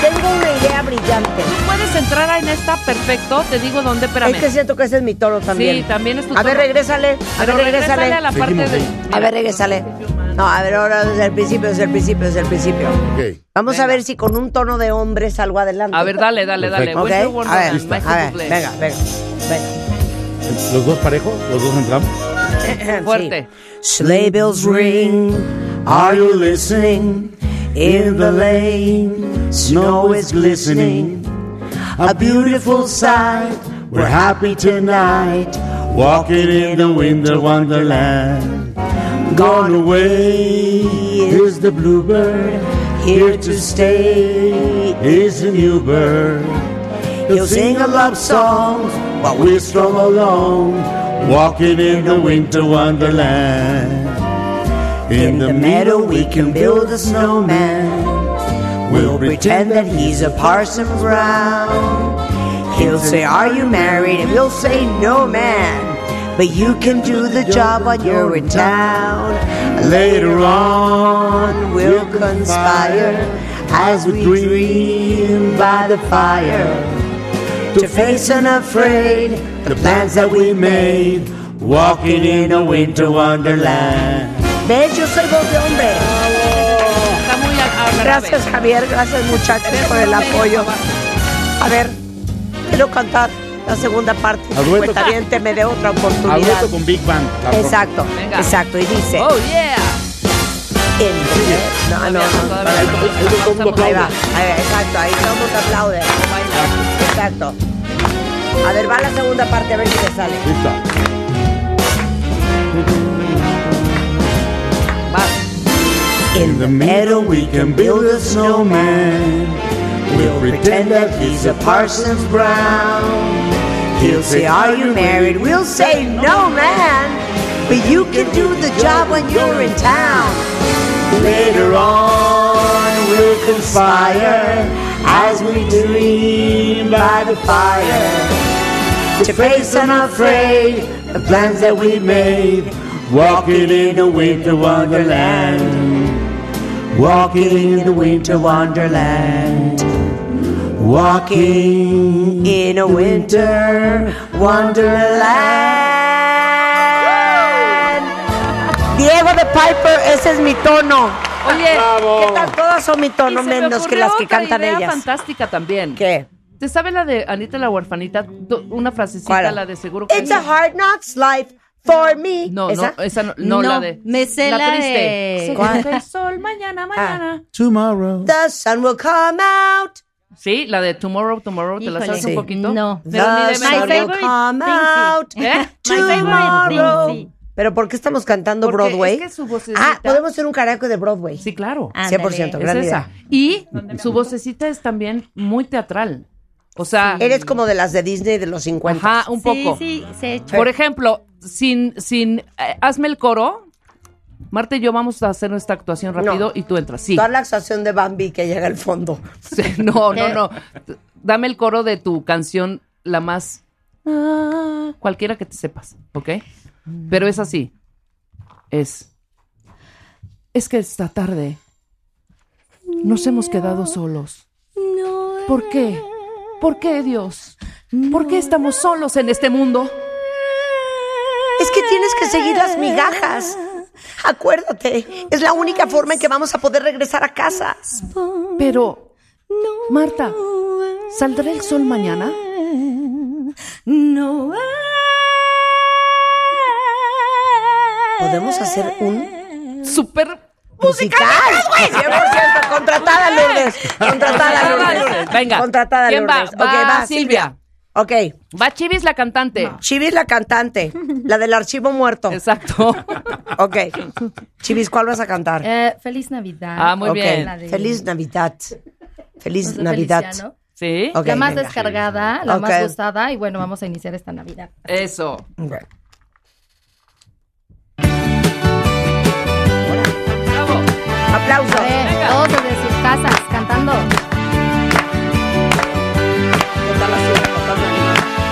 Speaker 5: tengo una idea brillante.
Speaker 4: Puedes entrar en esta perfecto, te digo dónde, espérame.
Speaker 5: Es que siento que ese es mi toro también.
Speaker 4: Sí, también es tu
Speaker 5: A ver,
Speaker 4: toro.
Speaker 5: regrésale. A
Speaker 4: Pero
Speaker 5: ver, regrésale.
Speaker 4: regrésale a la parte Seguimos, de- ¿eh?
Speaker 5: A ver, regrésale. No, a ver, ahora desde el principio, desde el principio, desde el principio.
Speaker 13: Ok.
Speaker 5: Vamos a ver si con un tono de hombre salgo adelante.
Speaker 4: A ver, dale, dale, dale.
Speaker 5: Ok,
Speaker 4: Wonder Woman,
Speaker 5: A ver,
Speaker 4: Listo.
Speaker 5: a ver, venga,
Speaker 15: [CLEARS THROAT]
Speaker 5: venga,
Speaker 13: ¿Los dos parejos? ¿Los dos entramos?
Speaker 5: venga.
Speaker 4: Fuerte.
Speaker 5: Sleigh bells ring.
Speaker 15: Are you listening? In the lane, snow is glistening. A beautiful sight. We're happy tonight. Walking in the winter wonderland. Gone away is the bluebird. Here to stay is a new bird. He'll sing a love song while we stroll along. Walking in the winter wonderland. In the meadow we can build a snowman. We'll pretend that he's a
Speaker 5: Parson Brown. He'll say, Are you married? And we'll say, No, man. But you can do the job while you're in town.
Speaker 15: Later on,
Speaker 5: we'll conspire
Speaker 15: as we dream by the fire to face unafraid the plans that we made, walking in a winter wonderland.
Speaker 5: ¿Ves? Yo soy voz de hombre. Gracias, Javier. Gracias, muchachos, por el apoyo. A ver, quiero cantar la segunda parte. Pues,
Speaker 13: A dueto.
Speaker 5: Cuentaviente me dé otra
Speaker 13: A
Speaker 5: oportunidad.
Speaker 13: dueto con Big Bang. cabrón.
Speaker 5: Exacto, exacto. Y dice...
Speaker 4: Oh, yeah.
Speaker 5: No, no, no. Ahí va. Ahí va, Exacto, ahí todo el mundo aplaude. Exacto. A ver, va la segunda parte, a ver si le sale.
Speaker 15: In the meadow we can build a snowman. We'll pretend that he's a Parsons Brown.
Speaker 5: He'll say, Are you married? We'll say, No, man. But you can do the job when you're in town.
Speaker 15: Later on, we'll conspire as we dream by the fire to face unafraid the plans that we made. Walking in a winter wonderland. Walking in the winter wonderland. Walking in a winter
Speaker 5: Wonderland. Diego de Piper, ese es mi tono.
Speaker 4: Oye,
Speaker 5: ¿qué tal? Todas son mi tono,
Speaker 4: Y se me
Speaker 5: menos que
Speaker 4: ocurrió
Speaker 5: las que
Speaker 4: otra
Speaker 5: cantan
Speaker 4: idea
Speaker 5: ellas.
Speaker 4: fantástica también.
Speaker 5: ¿Qué?
Speaker 4: ¿Te sabe la de Anita la huerfanita? Do- Una frasecita,
Speaker 5: ¿Cuál?
Speaker 4: la de seguro que
Speaker 5: It's a hard knocks life for me.
Speaker 4: No, no, esa no, no, la de. la triste. Se deja [LAUGHS] el sol mañana,
Speaker 18: Ah.
Speaker 4: mañana.
Speaker 15: Tomorrow.
Speaker 5: The sun will come out.
Speaker 4: Sí, la de Tomorrow, Tomorrow, ¿te la sabes
Speaker 5: Híjole.
Speaker 4: un poquito? No.
Speaker 5: The sun will come out tomorrow. Pero ¿por qué estamos cantando
Speaker 4: Porque
Speaker 5: Broadway?
Speaker 4: es que su vocecita-
Speaker 5: ah, podemos hacer un carajo de Broadway.
Speaker 4: Sí, claro.
Speaker 5: 100%, gran
Speaker 4: Es
Speaker 5: idea.
Speaker 4: esa. Y su vocecita es también muy teatral. O sea,
Speaker 5: Eres como de las de Disney de los 50.
Speaker 4: Ajá, un poco.
Speaker 9: Sí, sí, se echó.
Speaker 4: por ejemplo, sin, sin, eh, hazme el coro. Marta y yo vamos a hacer nuestra actuación rápido y tú entras. Sí.
Speaker 5: Toda la actuación de Bambi que llega al fondo.
Speaker 4: Sí, No, no, no. Dame el coro de tu canción, la más. ah, cualquiera que te sepas, ¿ok? Pero es así. Es. Es que esta tarde nos hemos quedado solos. ¿Por qué? ¿Por qué, Dios? ¿Por qué estamos solos en este mundo?
Speaker 5: Es que tienes que seguir las migajas. Acuérdate, es la única forma en que vamos a poder regresar a casa.
Speaker 4: Pero, Marta, ¿saldrá el sol mañana?
Speaker 9: No.
Speaker 5: Podemos Pues, hacer un
Speaker 4: super
Speaker 5: musical. de Broadway. 100% contratada Lourdes. Contratada Lourdes.
Speaker 4: Venga.
Speaker 5: Contratada
Speaker 4: ¿Quién va?
Speaker 5: Lourdes. Ok, va Silvia. Ok.
Speaker 4: Va Chivis la cantante.
Speaker 5: Chivis la cantante, la del archivo muerto.
Speaker 4: Exacto.
Speaker 5: Ok. Chivis, ¿cuál vas a cantar?
Speaker 19: Eh, feliz Navidad.
Speaker 5: Ah, muy
Speaker 19: Ok.
Speaker 5: bien.
Speaker 19: La de-
Speaker 5: Feliz Navidad. Feliz
Speaker 19: de
Speaker 5: Navidad.
Speaker 19: Feliciano.
Speaker 4: Sí.
Speaker 5: Ok,
Speaker 19: la más
Speaker 5: venga.
Speaker 19: descargada, la más
Speaker 5: Ok.
Speaker 19: gustada. Y bueno, vamos a iniciar esta Navidad.
Speaker 4: Eso.
Speaker 5: Aplausos.
Speaker 19: todos desde sus casas cantando.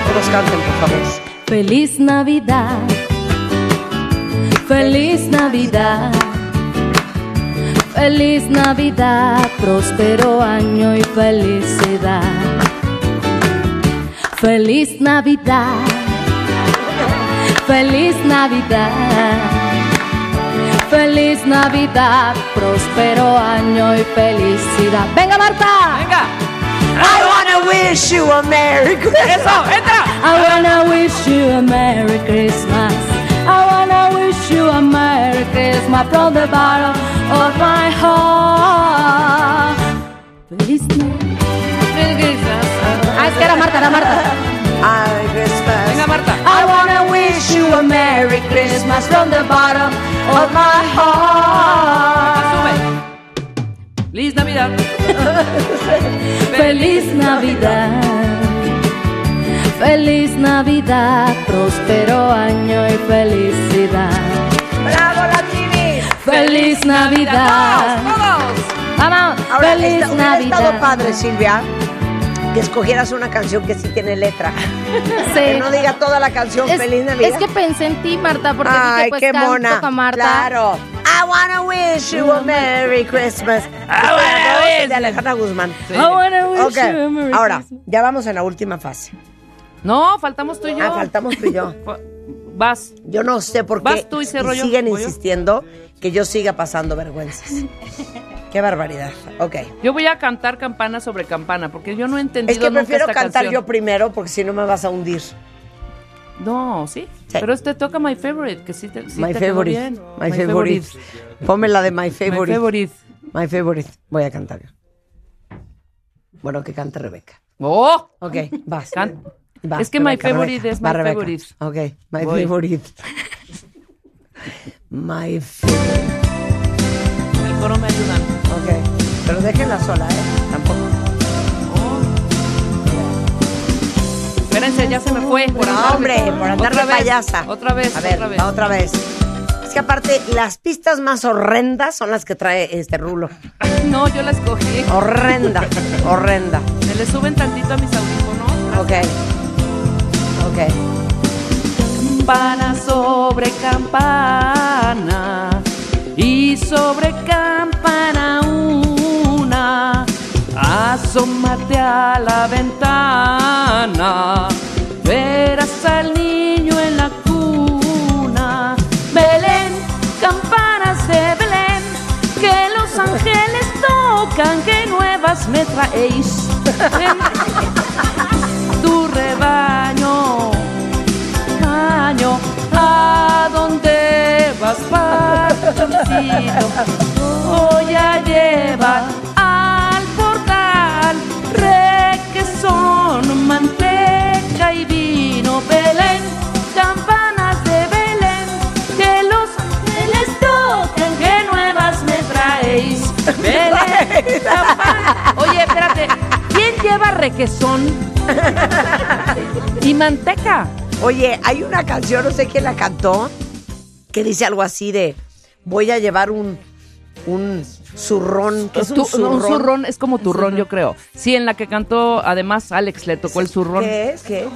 Speaker 5: Todos canten, por favor.
Speaker 18: Feliz Navidad, feliz Navidad, feliz Navidad, próspero año y felicidad. Feliz Navidad, feliz Navidad,
Speaker 20: Feliz Navidad, próspero año y felicidad. Venga, Marta. Venga.
Speaker 5: I wanna wish you a Merry Christmas.
Speaker 20: entra.
Speaker 18: I wanna wish you a Merry Christmas. I wanna wish you a Merry Christmas from the bottom of my heart. [LAUGHS] Feliz
Speaker 20: Ah, es que era Marta, era Marta.
Speaker 5: Merry Christmas.
Speaker 18: Venga, Marta. I wanna wish you a Merry Christmas from the bottom of my heart.
Speaker 4: Feliz Navidad.
Speaker 18: Feliz Navidad. Feliz Navidad, próspero año y felicidad.
Speaker 5: ¡Bravo, Latini!
Speaker 18: Feliz Navidad.
Speaker 5: ¡Vamos! Ahora,
Speaker 18: Feliz
Speaker 5: esta- hubiera
Speaker 18: Navidad.
Speaker 5: estado padre, Silvia, que escogieras una canción que sí tiene letra.
Speaker 20: Sí.
Speaker 5: Que no diga toda la canción
Speaker 20: Es,
Speaker 5: Feliz Navidad.
Speaker 20: es que pensé en ti, Marta, porque
Speaker 5: Ay,
Speaker 20: dije, pues
Speaker 5: qué
Speaker 20: canto
Speaker 5: mona.
Speaker 20: pa' Marta.
Speaker 5: Claro. I wanna wish you a Merry Christmas. I wanna wish. De Alejandra Guzmán.
Speaker 4: I wanna wish
Speaker 5: Ok,
Speaker 4: you a Merry
Speaker 5: Ahora, ya vamos en la última fase.
Speaker 4: No, faltamos tú y yo.
Speaker 5: Ah, faltamos tú y yo.
Speaker 4: Vas.
Speaker 5: Yo no sé por qué
Speaker 4: Vas tú y cierro yo.
Speaker 5: siguen
Speaker 4: ¿Voy yo?
Speaker 5: insistiendo que yo siga pasando
Speaker 4: [LAUGHS]
Speaker 5: vergüenzas. qué barbaridad. Ok.
Speaker 4: Yo voy a cantar campana sobre campana porque yo no he entendido
Speaker 5: Es que
Speaker 4: nunca
Speaker 5: prefiero
Speaker 4: esta
Speaker 5: cantar
Speaker 4: canción.
Speaker 5: yo primero porque si no me vas a hundir.
Speaker 4: No, sí. Pero este toca My Favorite, que sí te, sí
Speaker 5: my
Speaker 4: te quedó
Speaker 5: favorite.
Speaker 4: bien.
Speaker 5: My, favorite. Ponme la de My favorite.
Speaker 4: favorite.
Speaker 5: My favorite. Voy a cantar yo. Bueno, que cante Rebeca.
Speaker 4: ¡Oh!
Speaker 5: Ok, vas.
Speaker 4: Can-
Speaker 5: Vas,
Speaker 4: es que My
Speaker 5: Rebeca,
Speaker 4: Favorite
Speaker 5: Rebeca.
Speaker 4: es My
Speaker 5: Va, Rebeca.
Speaker 4: Favorite.
Speaker 5: Ok, My
Speaker 4: Voy.
Speaker 5: favorite. my favorite.
Speaker 4: El coro me ayuda.
Speaker 5: Ok. Pero déjenla sola, ¿eh? Tampoco.
Speaker 4: Espérense, ya se me fue. Por
Speaker 5: No,
Speaker 4: andarme-
Speaker 5: hombre, por andar
Speaker 4: Otra
Speaker 5: de
Speaker 4: vez,
Speaker 5: payasa.
Speaker 4: Otra vez,
Speaker 5: A ver,
Speaker 4: otra vez.
Speaker 5: va otra vez. Es que aparte, las pistas más horrendas son las que trae este rulo.
Speaker 4: No, yo la escogí. [LAUGHS]
Speaker 5: Horrenda, horrenda.
Speaker 4: Se le suben tantito a mis audífonos.
Speaker 5: Ok. Ok.
Speaker 4: Campana sobre campana y sobre campana una. Asómate a la ventana, verás al niño en la cuna. Belén, campanas de Belén, que los ángeles tocan, que nuevas me
Speaker 5: [LAUGHS]
Speaker 4: traéis. En tu rebaño año, ¿a dónde vas, patroncito? Voy a llevar al portal requesón, manteca y vino, Belén, campanas de Belén, que los ángeles toquen, que nuevas me traéis, Belén, campanas. Oye, espérate, ¿quién lleva requesón y manteca?
Speaker 5: Oye, hay una canción, no sé quién la cantó, que dice algo así de voy a llevar un un zurrón, que es
Speaker 4: Tu-
Speaker 5: un zurrón.
Speaker 4: es como turrón, yo creo. Sí, en la que cantó, además, Alex le tocó el zurrón.
Speaker 5: ¿Qué es? ¿Qué?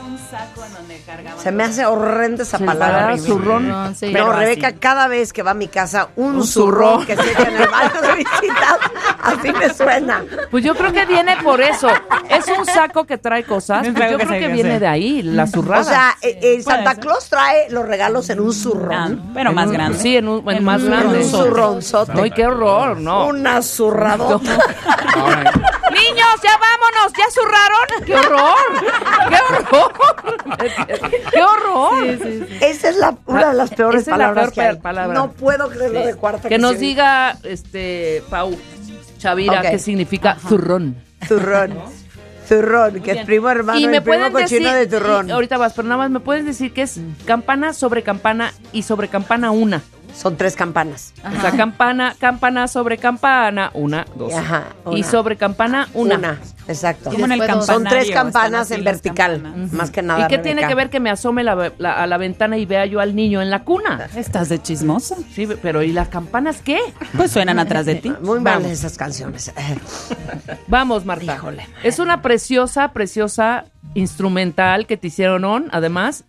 Speaker 5: Se me hace horrenda esa
Speaker 4: Sí,
Speaker 5: palabra.
Speaker 4: palabra, zurrón. Sí.
Speaker 5: No,
Speaker 4: Pero
Speaker 5: Rebeca, cada vez que va a mi casa, un, zurrón,
Speaker 4: zurrón.
Speaker 5: que se echa en el baño [LAUGHS] de visitas, así me suena.
Speaker 4: Pues yo creo que viene por eso. Es un saco que trae cosas.
Speaker 5: Es
Speaker 4: pues yo
Speaker 5: algo que
Speaker 4: creo
Speaker 5: se-
Speaker 4: que
Speaker 5: que
Speaker 4: viene
Speaker 5: se-
Speaker 4: de ahí, la zurrada.
Speaker 5: O sea, eh, eh, Santa Claus trae los regalos en un
Speaker 4: Ah,
Speaker 5: zurrón.
Speaker 4: En un- Sí, en un, en
Speaker 5: En
Speaker 4: más
Speaker 5: un
Speaker 4: grande.
Speaker 5: zurronzote.
Speaker 4: Ay, qué horror, ¿no?
Speaker 5: Una zurradota.
Speaker 4: Niños, ya vámonos, ya zurraron. ¡Qué horror! ¡Qué horror! ¡Qué horror!
Speaker 5: Esa es la, una de las peores
Speaker 4: Ah, Esa es la
Speaker 5: palabras
Speaker 4: peor
Speaker 5: que hay.
Speaker 4: palabra.
Speaker 5: No puedo creerlo
Speaker 4: Sí.
Speaker 5: de cuarta
Speaker 4: Que nos
Speaker 5: se-
Speaker 4: diga, este, Pau Chavira,
Speaker 5: Ok.
Speaker 4: qué significa zurrón.
Speaker 5: Turrón. Turrón, que es primo hermano,
Speaker 4: y
Speaker 5: y
Speaker 4: me
Speaker 5: primo
Speaker 4: pueden
Speaker 5: cochino de
Speaker 4: decir,
Speaker 5: turrón.
Speaker 4: y ahorita vas, pero nada más me puedes decir que es campana sobre campana y sobre campana una.
Speaker 5: Son tres campanas.
Speaker 4: O sea, campana, campana sobre campana, una, dos.
Speaker 5: Ajá,
Speaker 4: Y
Speaker 5: una.
Speaker 4: sobre campana, una.
Speaker 5: Una. exacto.
Speaker 4: Como en el
Speaker 5: Son tres
Speaker 4: campanario,
Speaker 5: campanas
Speaker 4: están así
Speaker 5: en
Speaker 4: las
Speaker 5: vertical, más que nada.
Speaker 4: ¿Y qué tiene
Speaker 5: Rebeca.
Speaker 4: que ver que me asome la- la- a la ventana y vea yo al niño en la cuna?
Speaker 14: ¿Estás de chismosa?
Speaker 4: Sí, pero ¿y las campanas qué?
Speaker 14: Pues suenan atrás de ti.
Speaker 5: Muy
Speaker 4: mal
Speaker 5: Vamos. esas canciones. ¿eh?
Speaker 4: Vamos, Marta. Es una preciosa, preciosa instrumental que te hicieron, on, además.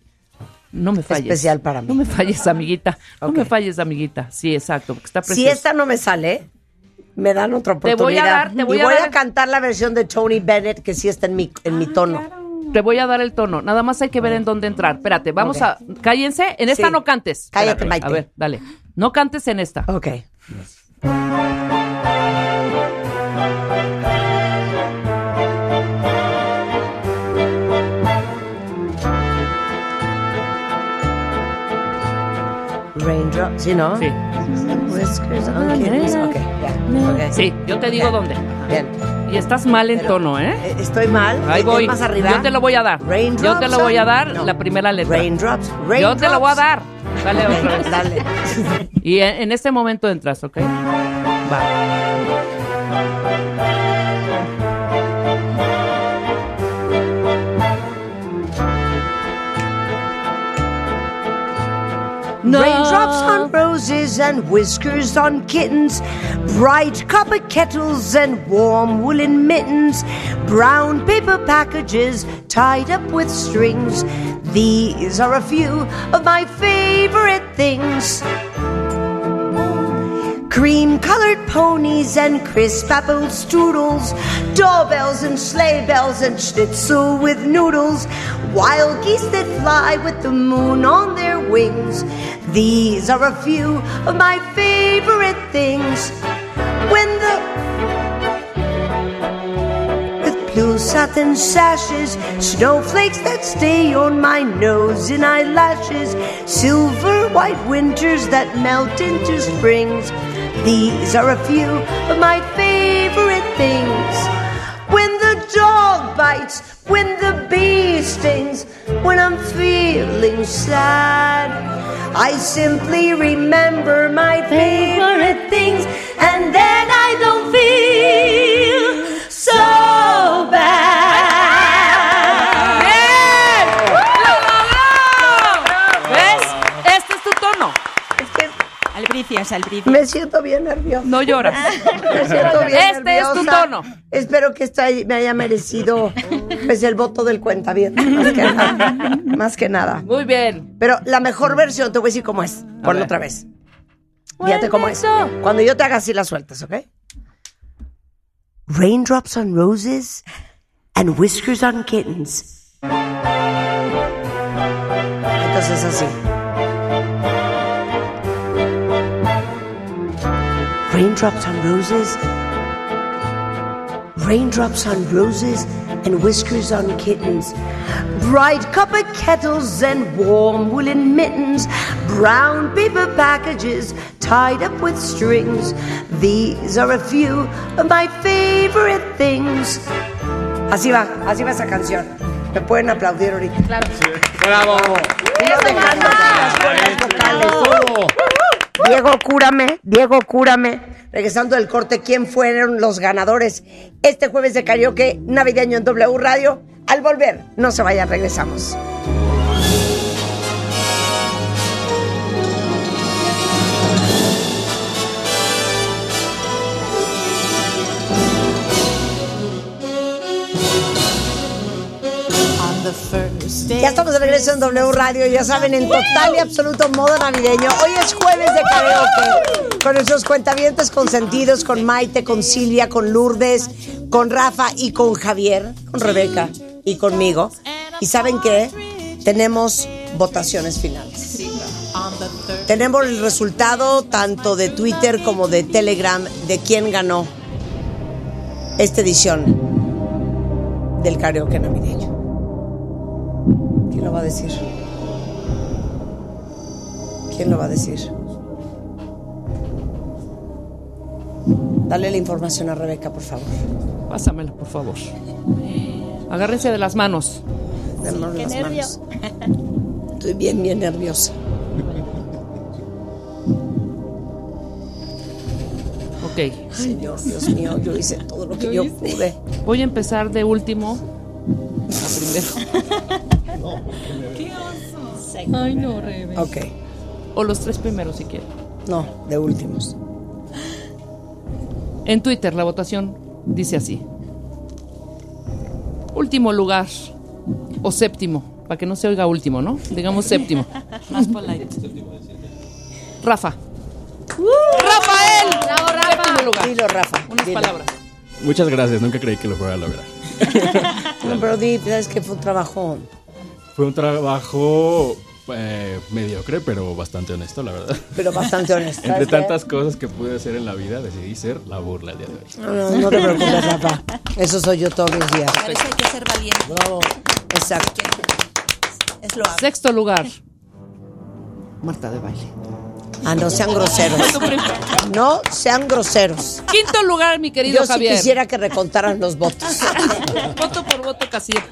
Speaker 4: No me falles.
Speaker 5: Especial para mí.
Speaker 4: No me falles, amiguita. No me falles, amiguita. Sí, exacto, porque está
Speaker 5: Si
Speaker 4: preciosa.
Speaker 5: esta no me sale, me dan otra
Speaker 4: Te
Speaker 5: oportunidad.
Speaker 4: voy a dar- te voy
Speaker 5: y
Speaker 4: a
Speaker 5: voy
Speaker 4: dar- Ah,
Speaker 5: a cantar la versión de Tony Bennett, que sí está en mi, en mi tono.
Speaker 4: Te voy a dar el tono. Nada más hay que ver en dónde entrar. Espérate, vamos
Speaker 5: Ok.
Speaker 4: a. Cállense. En esta
Speaker 5: Sí.
Speaker 4: no cantes.
Speaker 5: Cállate,
Speaker 4: Espérate.
Speaker 5: Maite.
Speaker 4: A ver, dale. No cantes en esta.
Speaker 15: Ok.
Speaker 4: Eh.
Speaker 15: Raindrop, ¿sí no? Sí. Whiskers on kittens. Ok, ya. ok.
Speaker 4: Sí, yo te digo
Speaker 15: Ya.
Speaker 4: dónde.
Speaker 15: Bien.
Speaker 4: Y estás mal en
Speaker 15: Pero,
Speaker 4: tono, ¿eh?
Speaker 15: Estoy mal.
Speaker 4: Ahí
Speaker 15: ¿Es
Speaker 4: voy.
Speaker 15: más arriba?
Speaker 4: Yo te lo voy a dar. Yo te lo voy a dar la primera letra.
Speaker 15: Raindrops.
Speaker 4: Yo te lo voy a
Speaker 15: raindrops.
Speaker 4: dar. Dale
Speaker 15: Ok,
Speaker 4: otra
Speaker 15: [LAUGHS]
Speaker 4: vez.
Speaker 15: Dale.
Speaker 4: Y en, en este momento entras, ¿ok?
Speaker 15: Raindrops on roses and whiskers on kittens, bright copper kettles and warm woolen mittens, brown paper packages tied up with strings. These are a few of my favorite things. Cream colored ponies and crisp apple strudels, doorbells and sleigh bells and schnitzel with noodles, wild geese that fly with the moon on their wings. These are a few of my favorite things. When the with blue satin sashes, snowflakes that stay on my nose and eyelashes, silver white winters that melt into springs. These are a few of my favorite things. When the dog bites, when the bee stings, when I'm feeling sad, I simply remember my favorite things and then I don't feel so bad.
Speaker 4: ¿Ves? Este es tu tono.
Speaker 14: Albricias, albricias.
Speaker 15: Me siento bien nerviosa.
Speaker 4: No [LAUGHS] lloras.
Speaker 15: Me siento bien
Speaker 4: Este es tu
Speaker 15: nerviosa.
Speaker 4: tono.
Speaker 15: Espero que esta me haya merecido pues, el voto del cuenta bien. Más que nada. Más que nada.
Speaker 4: Muy bien.
Speaker 15: Pero la mejor versión te voy a decir cómo es. Ponlo otra vez. Fíjate cómo es. Cuando yo te haga así las sueltas, ¿ok? Raindrops on roses and whiskers on kittens. Entonces así. Raindrops on roses. Raindrops on roses and whiskers on kittens. Bright copper kettles and warm woolen mittens. Brown paper packages tied up with strings. These are a few of my favorite things. Así va, así va esa canción. Me pueden aplaudir ahorita. Claro.
Speaker 5: ¡Bravo!
Speaker 15: Diego, cúrame, Diego, cúrame. Regresando del corte, ¿quién fueron los ganadores este jueves de karaoke navideño en W Radio? Al volver, no se vayan, regresamos. Ya estamos de regreso en W Radio, ya saben, en total y absoluto modo navideño. Hoy es jueves de karaoke. Con nuestros cuentavientes consentidos, con Maite, con Silvia, con Lourdes, con Rafa y con Javier, con Rebeca y conmigo. Y saben qué? Tenemos votaciones finales. Tenemos el resultado tanto de Twitter como de Telegram de quién ganó esta edición del karaoke navideño. ¿Quién lo va a decir? ¿Quién lo va a decir? Dale la información a Rebeca, por favor.
Speaker 4: Pásamelo, por favor. Agárrense de las manos.
Speaker 15: Démonos
Speaker 4: qué
Speaker 15: las
Speaker 4: nervio.
Speaker 15: manos. Estoy bien, bien nerviosa.
Speaker 4: Ok.
Speaker 15: Señor, Dios mío, yo hice todo lo que
Speaker 4: ¿Lo
Speaker 15: yo
Speaker 4: oíste?
Speaker 15: pude.
Speaker 4: Voy a empezar de último a primero.
Speaker 15: Ay,
Speaker 4: no, Rebe.
Speaker 15: Ok.
Speaker 4: O los tres primeros, si quieren.
Speaker 15: No, de últimos.
Speaker 4: En Twitter la votación dice así. Último lugar o séptimo, para que no se oiga último, ¿no?
Speaker 15: [LAUGHS]
Speaker 4: Digamos séptimo.
Speaker 14: Más polite.
Speaker 4: Rafa. Rafael. Séptimo lugar.
Speaker 15: Uh. Dilo, Rafa.
Speaker 4: Unas palabras.
Speaker 11: Muchas gracias, nunca creí que lo fuera a lograr.
Speaker 15: No, pero di, es que fue un trabajo.
Speaker 11: Fue un trabajo
Speaker 10: eh, mediocre, pero bastante honesto, la verdad.
Speaker 5: Pero
Speaker 10: [LAUGHS]
Speaker 5: bastante honesto.
Speaker 10: Entre
Speaker 5: ¿sabes qué?
Speaker 10: tantas cosas que pude hacer en la vida, decidí ser la burla el día de hoy.
Speaker 5: No, no, no te preocupes, papá. Eso soy yo todos los días.
Speaker 14: A veces hay que ser valiente.
Speaker 5: Exacto.
Speaker 14: Es lo
Speaker 4: Sexto lugar.
Speaker 5: Marta de baile. Ah, no sean groseros.
Speaker 14: [LAUGHS]
Speaker 5: No sean groseros.
Speaker 4: Quinto lugar, mi querido
Speaker 5: Yo sí
Speaker 4: Javier.
Speaker 5: quisiera que recontaran los votos.
Speaker 4: Voto por voto, Casilla.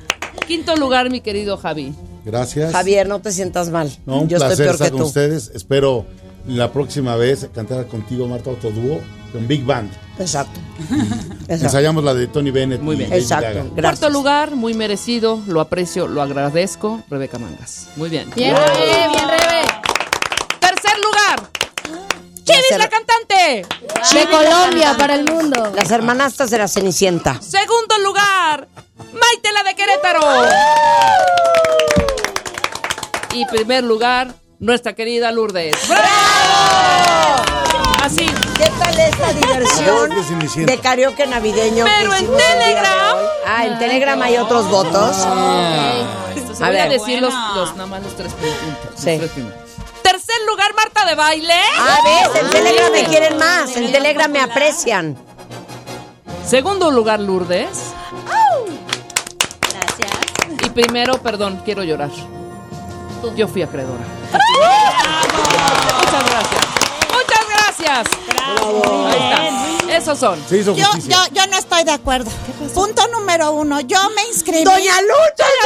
Speaker 4: Quinto lugar, mi querido Javi.
Speaker 12: Gracias.
Speaker 5: Javier, no te sientas mal.
Speaker 12: No, un
Speaker 5: Yo
Speaker 12: placer
Speaker 5: estoy peor
Speaker 12: estar
Speaker 5: que
Speaker 12: con
Speaker 5: tú.
Speaker 12: ustedes. Espero la próxima vez cantar contigo, Marta, otro dúo con Big Band. [LAUGHS]
Speaker 5: Exacto.
Speaker 12: Ensayamos la de Tony Bennett. Muy
Speaker 4: bien. Exacto. Cuarto lugar, muy merecido, lo aprecio, lo agradezco, Rebeca Mangas. Muy bien.
Speaker 20: Bien,
Speaker 4: Wow.
Speaker 20: Rebe, bien, Rebe.
Speaker 4: Tercer lugar. Chivis la cantante.
Speaker 5: De Colombia
Speaker 20: para
Speaker 5: el mundo. Las hermanastas de la Cenicienta.
Speaker 4: Segundo lugar, Maite la de Querétaro. Y primer lugar, nuestra querida Lourdes. ¡Bravo! Así.
Speaker 5: ¿Qué tal esta diversión
Speaker 12: Lourdes Cenicienta.
Speaker 5: de karaoke navideño?
Speaker 4: Pero en
Speaker 5: Telegram. Ah, en Telegram hay otros votos.
Speaker 4: Se voy a decir los, los- nada más los tres puntos.
Speaker 5: Sí.
Speaker 4: Tercer lugar, Marta de baile.
Speaker 5: A ver, en Telegram me quieren más, en Telegram me aprecian.
Speaker 4: Segundo lugar, Lourdes. Gracias. Y primero, perdón, quiero llorar. Yo fui acreedora. Muchas gracias. Muchas gracias. Ahí está. Esos son.
Speaker 12: Se hizo
Speaker 21: Yo, yo, yo no estoy de acuerdo. Punto número uno. Yo me inscribí.
Speaker 5: ¡Doña Lucha!
Speaker 21: Yo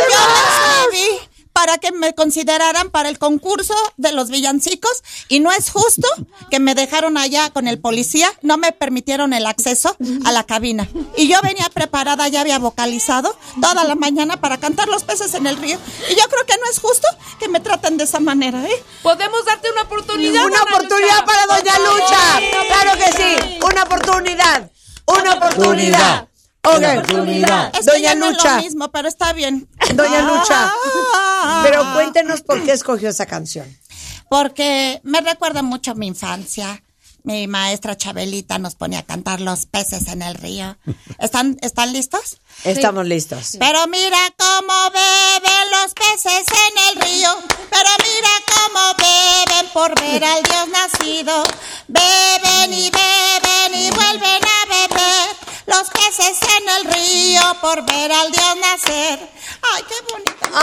Speaker 21: me inscribí para que me consideraran para el concurso de los villancicos y no es justo que me dejaron allá con el policía, no me permitieron el acceso a la cabina. Y yo venía preparada, ya había vocalizado toda la mañana para cantar los peces en el río. Y yo creo que no es justo que me traten de esa manera, ¿eh?
Speaker 4: Podemos darte una oportunidad.
Speaker 5: Una oportunidad para Doña Lucha. Claro que sí. Una oportunidad. Una oportunidad.
Speaker 21: Una
Speaker 5: Ok.
Speaker 21: oportunidad. Es que
Speaker 5: Doña
Speaker 21: ya no es lo
Speaker 5: Lucha.
Speaker 21: mismo, pero está bien.
Speaker 5: Doña Lucha. Pero cuéntenos por qué escogió esa canción.
Speaker 21: porque me recuerda mucho a mi infancia. Mi maestra Chabelita nos ponía a cantar los peces en el río. ¿Están, ¿están listos?
Speaker 5: Estamos listos.
Speaker 21: Pero mira cómo beben los peces en el río. Pero mira cómo beben por ver al Dios nacido. Beben y beben y vuelven a beber. Los peces en el río por ver al Dios nacer. ¡Ay, qué bonito!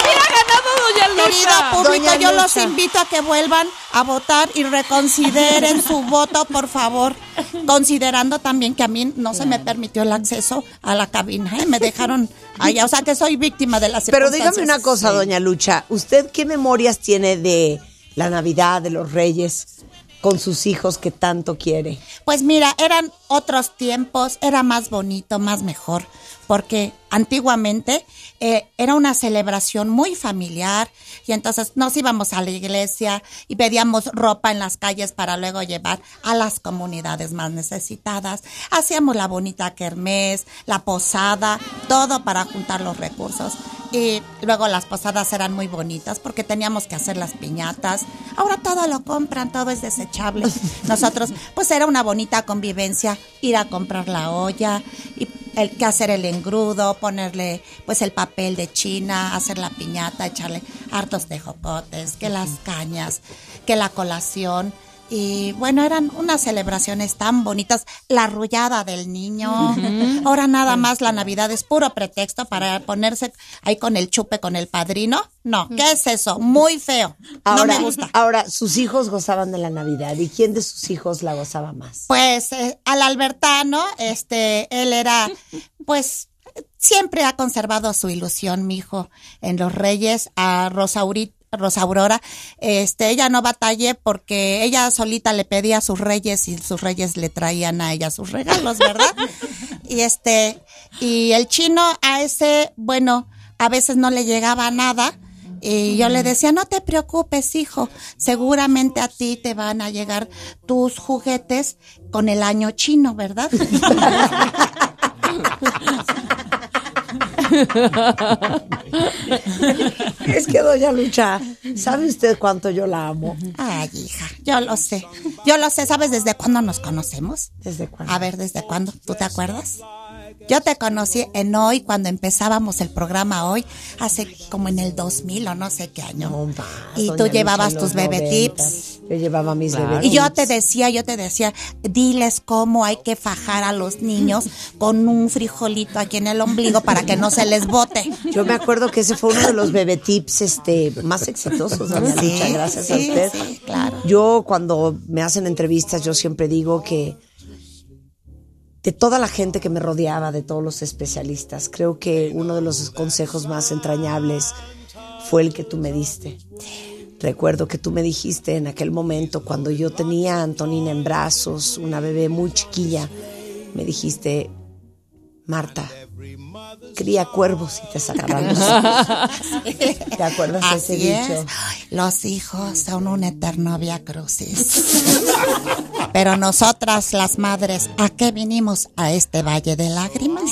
Speaker 4: ¡Hubiera ganado Doña Lucha!
Speaker 21: Querido público,
Speaker 4: Doña
Speaker 21: yo
Speaker 4: Lucha.
Speaker 21: los invito a que vuelvan a votar y
Speaker 5: [LAUGHS]
Speaker 21: reconsideren su voto, por favor. Considerando también que a mí no se me permitió el acceso a la cabina, ¿eh? me dejaron allá, o sea que soy víctima de las
Speaker 5: Pero
Speaker 21: circunstancias.
Speaker 5: dígame una cosa, Doña Lucha. ¿Usted qué memorias tiene de la Navidad, de los Reyes, con sus hijos que tanto quiere?
Speaker 21: Pues mira, eran otros tiempos, era más bonito, más mejor, porque antiguamente eh, era una celebración muy familiar y entonces nos íbamos a la iglesia y pedíamos ropa en las calles para luego llevar a las comunidades más necesitadas. Hacíamos la bonita kermés, la posada, todo para juntar los recursos. Y luego las posadas eran muy bonitas porque teníamos que hacer las piñatas. Ahora todo lo compran, todo es desechable. Nosotros, pues era una bonita convivencia, ir a comprar la olla y el que hacer el engrudo, ponerle pues el papel de china, hacer la piñata, echarle hartos de jocotes, que las cañas, que la colación. Y bueno, eran unas celebraciones tan bonitas. La arrullada del niño.
Speaker 18: Ujú.
Speaker 21: Ahora nada más la Navidad es puro pretexto para ponerse ahí con el chupe con el padrino. No, ¿qué es eso? Muy feo.
Speaker 5: Ahora,
Speaker 21: no me gusta.
Speaker 5: ahora, sus hijos gozaban de la Navidad. ¿Y quién de sus hijos la gozaba más?
Speaker 21: Pues eh, al Albertano, este, él era, pues, siempre ha conservado su ilusión, mi hijo, en los Reyes, a Rosauri- Rosa Aurora, este, ella no batalle porque ella solita le pedía a sus reyes y sus reyes le traían a ella sus regalos, ¿verdad? y este, y el chino a ese, Eh, bueno, a veces no le llegaba nada, y yo le decía, no te preocupes, hijo, seguramente a ti te van a llegar tus juguetes con el año chino, ¿verdad?
Speaker 5: Es que Doña Lucha, ¿sabe usted cuánto yo la amo?
Speaker 21: Ay, hija, yo lo sé. Yo lo sé, ¿sabes desde cuándo nos conocemos?
Speaker 5: ¿Desde cuándo?
Speaker 21: A ver, ¿desde cuándo? ¿Tú te acuerdas? Yo te conocí en hoy cuando empezábamos el programa hoy, hace como en el 2000 o no sé qué año. [LAUGHS] y
Speaker 5: doña
Speaker 21: tú
Speaker 5: Lucha,
Speaker 21: llevabas
Speaker 5: en
Speaker 21: tus
Speaker 5: los
Speaker 21: bebé tips.
Speaker 5: noventas. Yo llevaba mis
Speaker 21: Claro.
Speaker 5: bebé
Speaker 21: Y yo
Speaker 5: tips.
Speaker 21: te decía, yo te decía, diles cómo hay que fajar a los niños con un frijolito aquí en el ombligo para que no se les bote.
Speaker 5: Yo me acuerdo que ese fue uno de los bebé tips este, más exitosos, doña
Speaker 21: Sí,
Speaker 5: Lucha, gracias a
Speaker 21: sí,
Speaker 5: usted.
Speaker 21: sí, claro.
Speaker 5: Yo cuando me hacen entrevistas, yo siempre digo que de toda la gente que me rodeaba, de todos los especialistas, creo que uno de los consejos más entrañables fue el que tú me diste. Recuerdo que tú me dijiste en aquel momento, cuando yo tenía a Antonina en brazos, una bebé muy chiquilla, me dijiste, Marta, cría cuervos y te sacarán
Speaker 21: [LAUGHS]
Speaker 5: los ojos". [LAUGHS] ¿Te acuerdas de ese
Speaker 21: Así es.
Speaker 5: dicho?
Speaker 21: Ay, Los hijos son un eterno via crucis. [LAUGHS] Pero nosotras las madres, ¿a qué vinimos a este valle de lágrimas?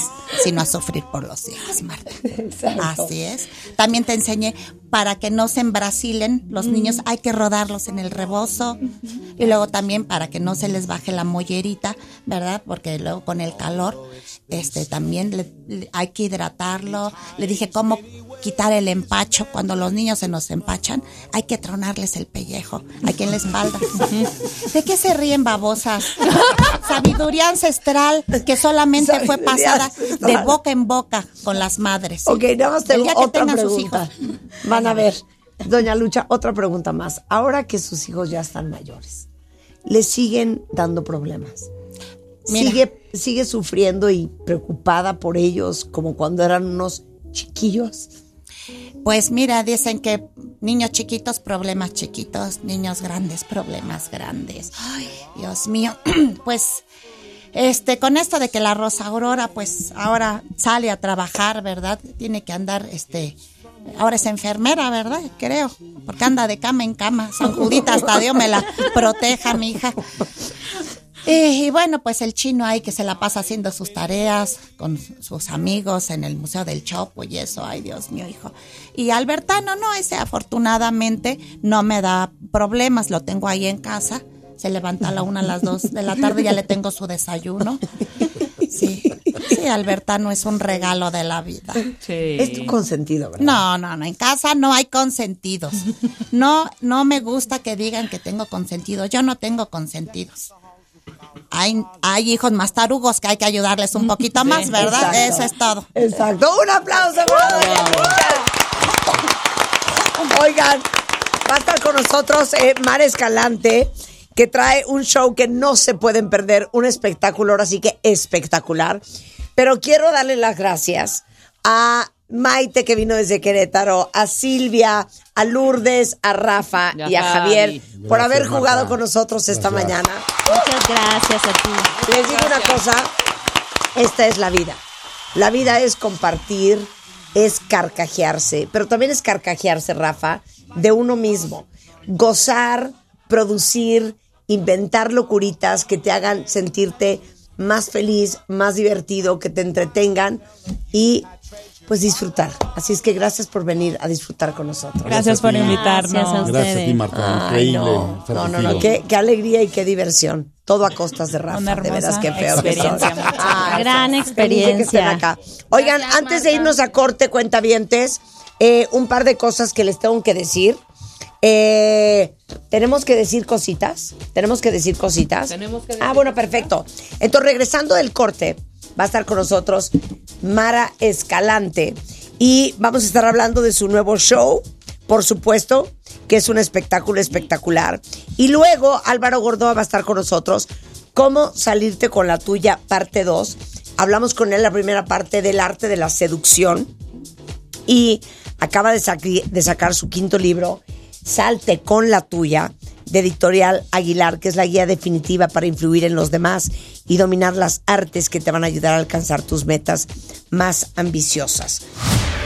Speaker 21: Sino a sufrir por los hijos, Marta. Así es. También te enseñé para que no se embrasilen los
Speaker 14: Mm.
Speaker 21: niños, hay que rodarlos en el rebozo. Y luego también para que no se les baje la mollerita, ¿verdad? Porque luego con el calor, este también le- le- hay que hidratarlo. Le dije cómo quitar el empacho. Cuando los niños se nos empachan, hay que tronarles el pellejo aquí en la espalda. ¿De qué se ríen babosas? [LAUGHS] Sabiduría ancestral que solamente fue
Speaker 5: Sabiduría
Speaker 21: pasada de
Speaker 5: ancestral.
Speaker 21: boca en boca con las madres.
Speaker 5: Ok, nada más
Speaker 21: El
Speaker 5: tengo
Speaker 21: día que
Speaker 5: otra
Speaker 21: tengan sus
Speaker 5: pregunta. Van a ver, doña Lucha, otra pregunta más. Ahora que sus hijos ya están mayores, ¿le siguen dando problemas?
Speaker 21: Mira.
Speaker 5: ¿Sigue, ¿Sigue sufriendo y preocupada por ellos como cuando eran unos chiquillos?
Speaker 21: Pues mira, dicen que niños chiquitos, problemas chiquitos, niños grandes, problemas grandes. Ay, Dios mío. [CLEARS THROAT] pues, este, con esto de que la Rosa Aurora, pues ahora sale a trabajar, ¿verdad? Tiene que andar, este, ahora es enfermera, ¿verdad? Creo, porque anda de cama en cama. San Judita, hasta Dios me la proteja, mi hija. Y, y bueno, pues el chino ahí que se la pasa haciendo sus tareas con sus amigos en el Museo del Chopo y eso, ay Dios mío, hijo. Y Albertano, no, ese afortunadamente no me da problemas, lo tengo ahí en casa. Se levanta a la una, a las dos de la tarde, ya le tengo su desayuno. Sí, sí, Albertano es un regalo de la vida.
Speaker 5: Es tu consentido, ¿verdad?
Speaker 21: No, no, no. En casa no hay consentidos. No, no me gusta que digan que tengo consentidos. Yo no tengo consentidos. Hay, hay hijos más tarugos que hay que ayudarles un poquito más, ¿verdad?
Speaker 5: exacto.
Speaker 21: Eso es todo.
Speaker 5: Exacto. Un aplauso para doña Lucha. Oigan, va a estar con nosotros eh, Mar Escalante, que trae un show que no se pueden perder, un espectáculo, ahora sí que espectacular. Pero quiero darle las gracias a Maite, que vino desde Querétaro, a Silvia, a Lourdes, a Rafa
Speaker 9: Ya
Speaker 5: y a
Speaker 9: está,
Speaker 5: Javier
Speaker 9: Ani.
Speaker 5: por
Speaker 9: Gracias,
Speaker 5: haber jugado
Speaker 9: Marta.
Speaker 5: con nosotros esta
Speaker 9: Gracias.
Speaker 5: mañana.
Speaker 9: Muchas gracias a ti.
Speaker 5: Les digo una cosa, esta es la vida. La vida es compartir, es carcajearse, pero también es carcajearse, Rafa, de uno mismo. Gozar, producir, inventar locuritas que te hagan sentirte más feliz, más divertido, que te entretengan y pues disfrutar. Así es que gracias por venir a disfrutar con nosotros.
Speaker 16: Gracias por invitarnos. Gracias a
Speaker 12: Gracias a ti, Marta.
Speaker 5: Ay,
Speaker 12: Increíble.
Speaker 5: no. No, no, no.
Speaker 12: satisfactorio.
Speaker 5: Qué, qué alegría y qué diversión. Todo a costas de Rafa. De veras, qué feo que son.
Speaker 9: experiencia, muchachos.
Speaker 5: Ah,
Speaker 9: Gran
Speaker 5: feliz de que estén
Speaker 9: experiencia.
Speaker 5: acá. Oigan, antes de irnos a corte, cuentavientes, eh, un par de cosas que les tengo que decir. Eh, tenemos que decir cositas. Tenemos que decir cositas.
Speaker 4: Tenemos que
Speaker 5: Ah, bueno, perfecto. Entonces, regresando del corte, va a estar con nosotros Mara Escalante. Y vamos a estar hablando de su nuevo show, por supuesto, que es un espectáculo espectacular. Y luego Álvaro Gordoa va a estar con nosotros. ¿Cómo salirte con la tuya? Parte 2. Hablamos con él la primera parte del arte de la seducción y acaba de, saqui- de sacar su quinto libro, Salte con la tuya, de editorial Aguilar, que es la guía definitiva para influir en los demás y dominar las artes que te van a ayudar a alcanzar tus metas más ambiciosas.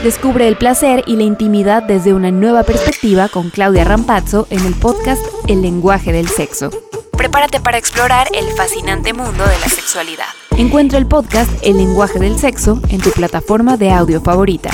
Speaker 22: Descubre el placer y la intimidad desde una nueva perspectiva con Claudia Rampazzo en el podcast El lenguaje del sexo. Prepárate para explorar el fascinante mundo de la sexualidad. Encuentra el podcast El lenguaje del sexo en tu plataforma de audio favorita.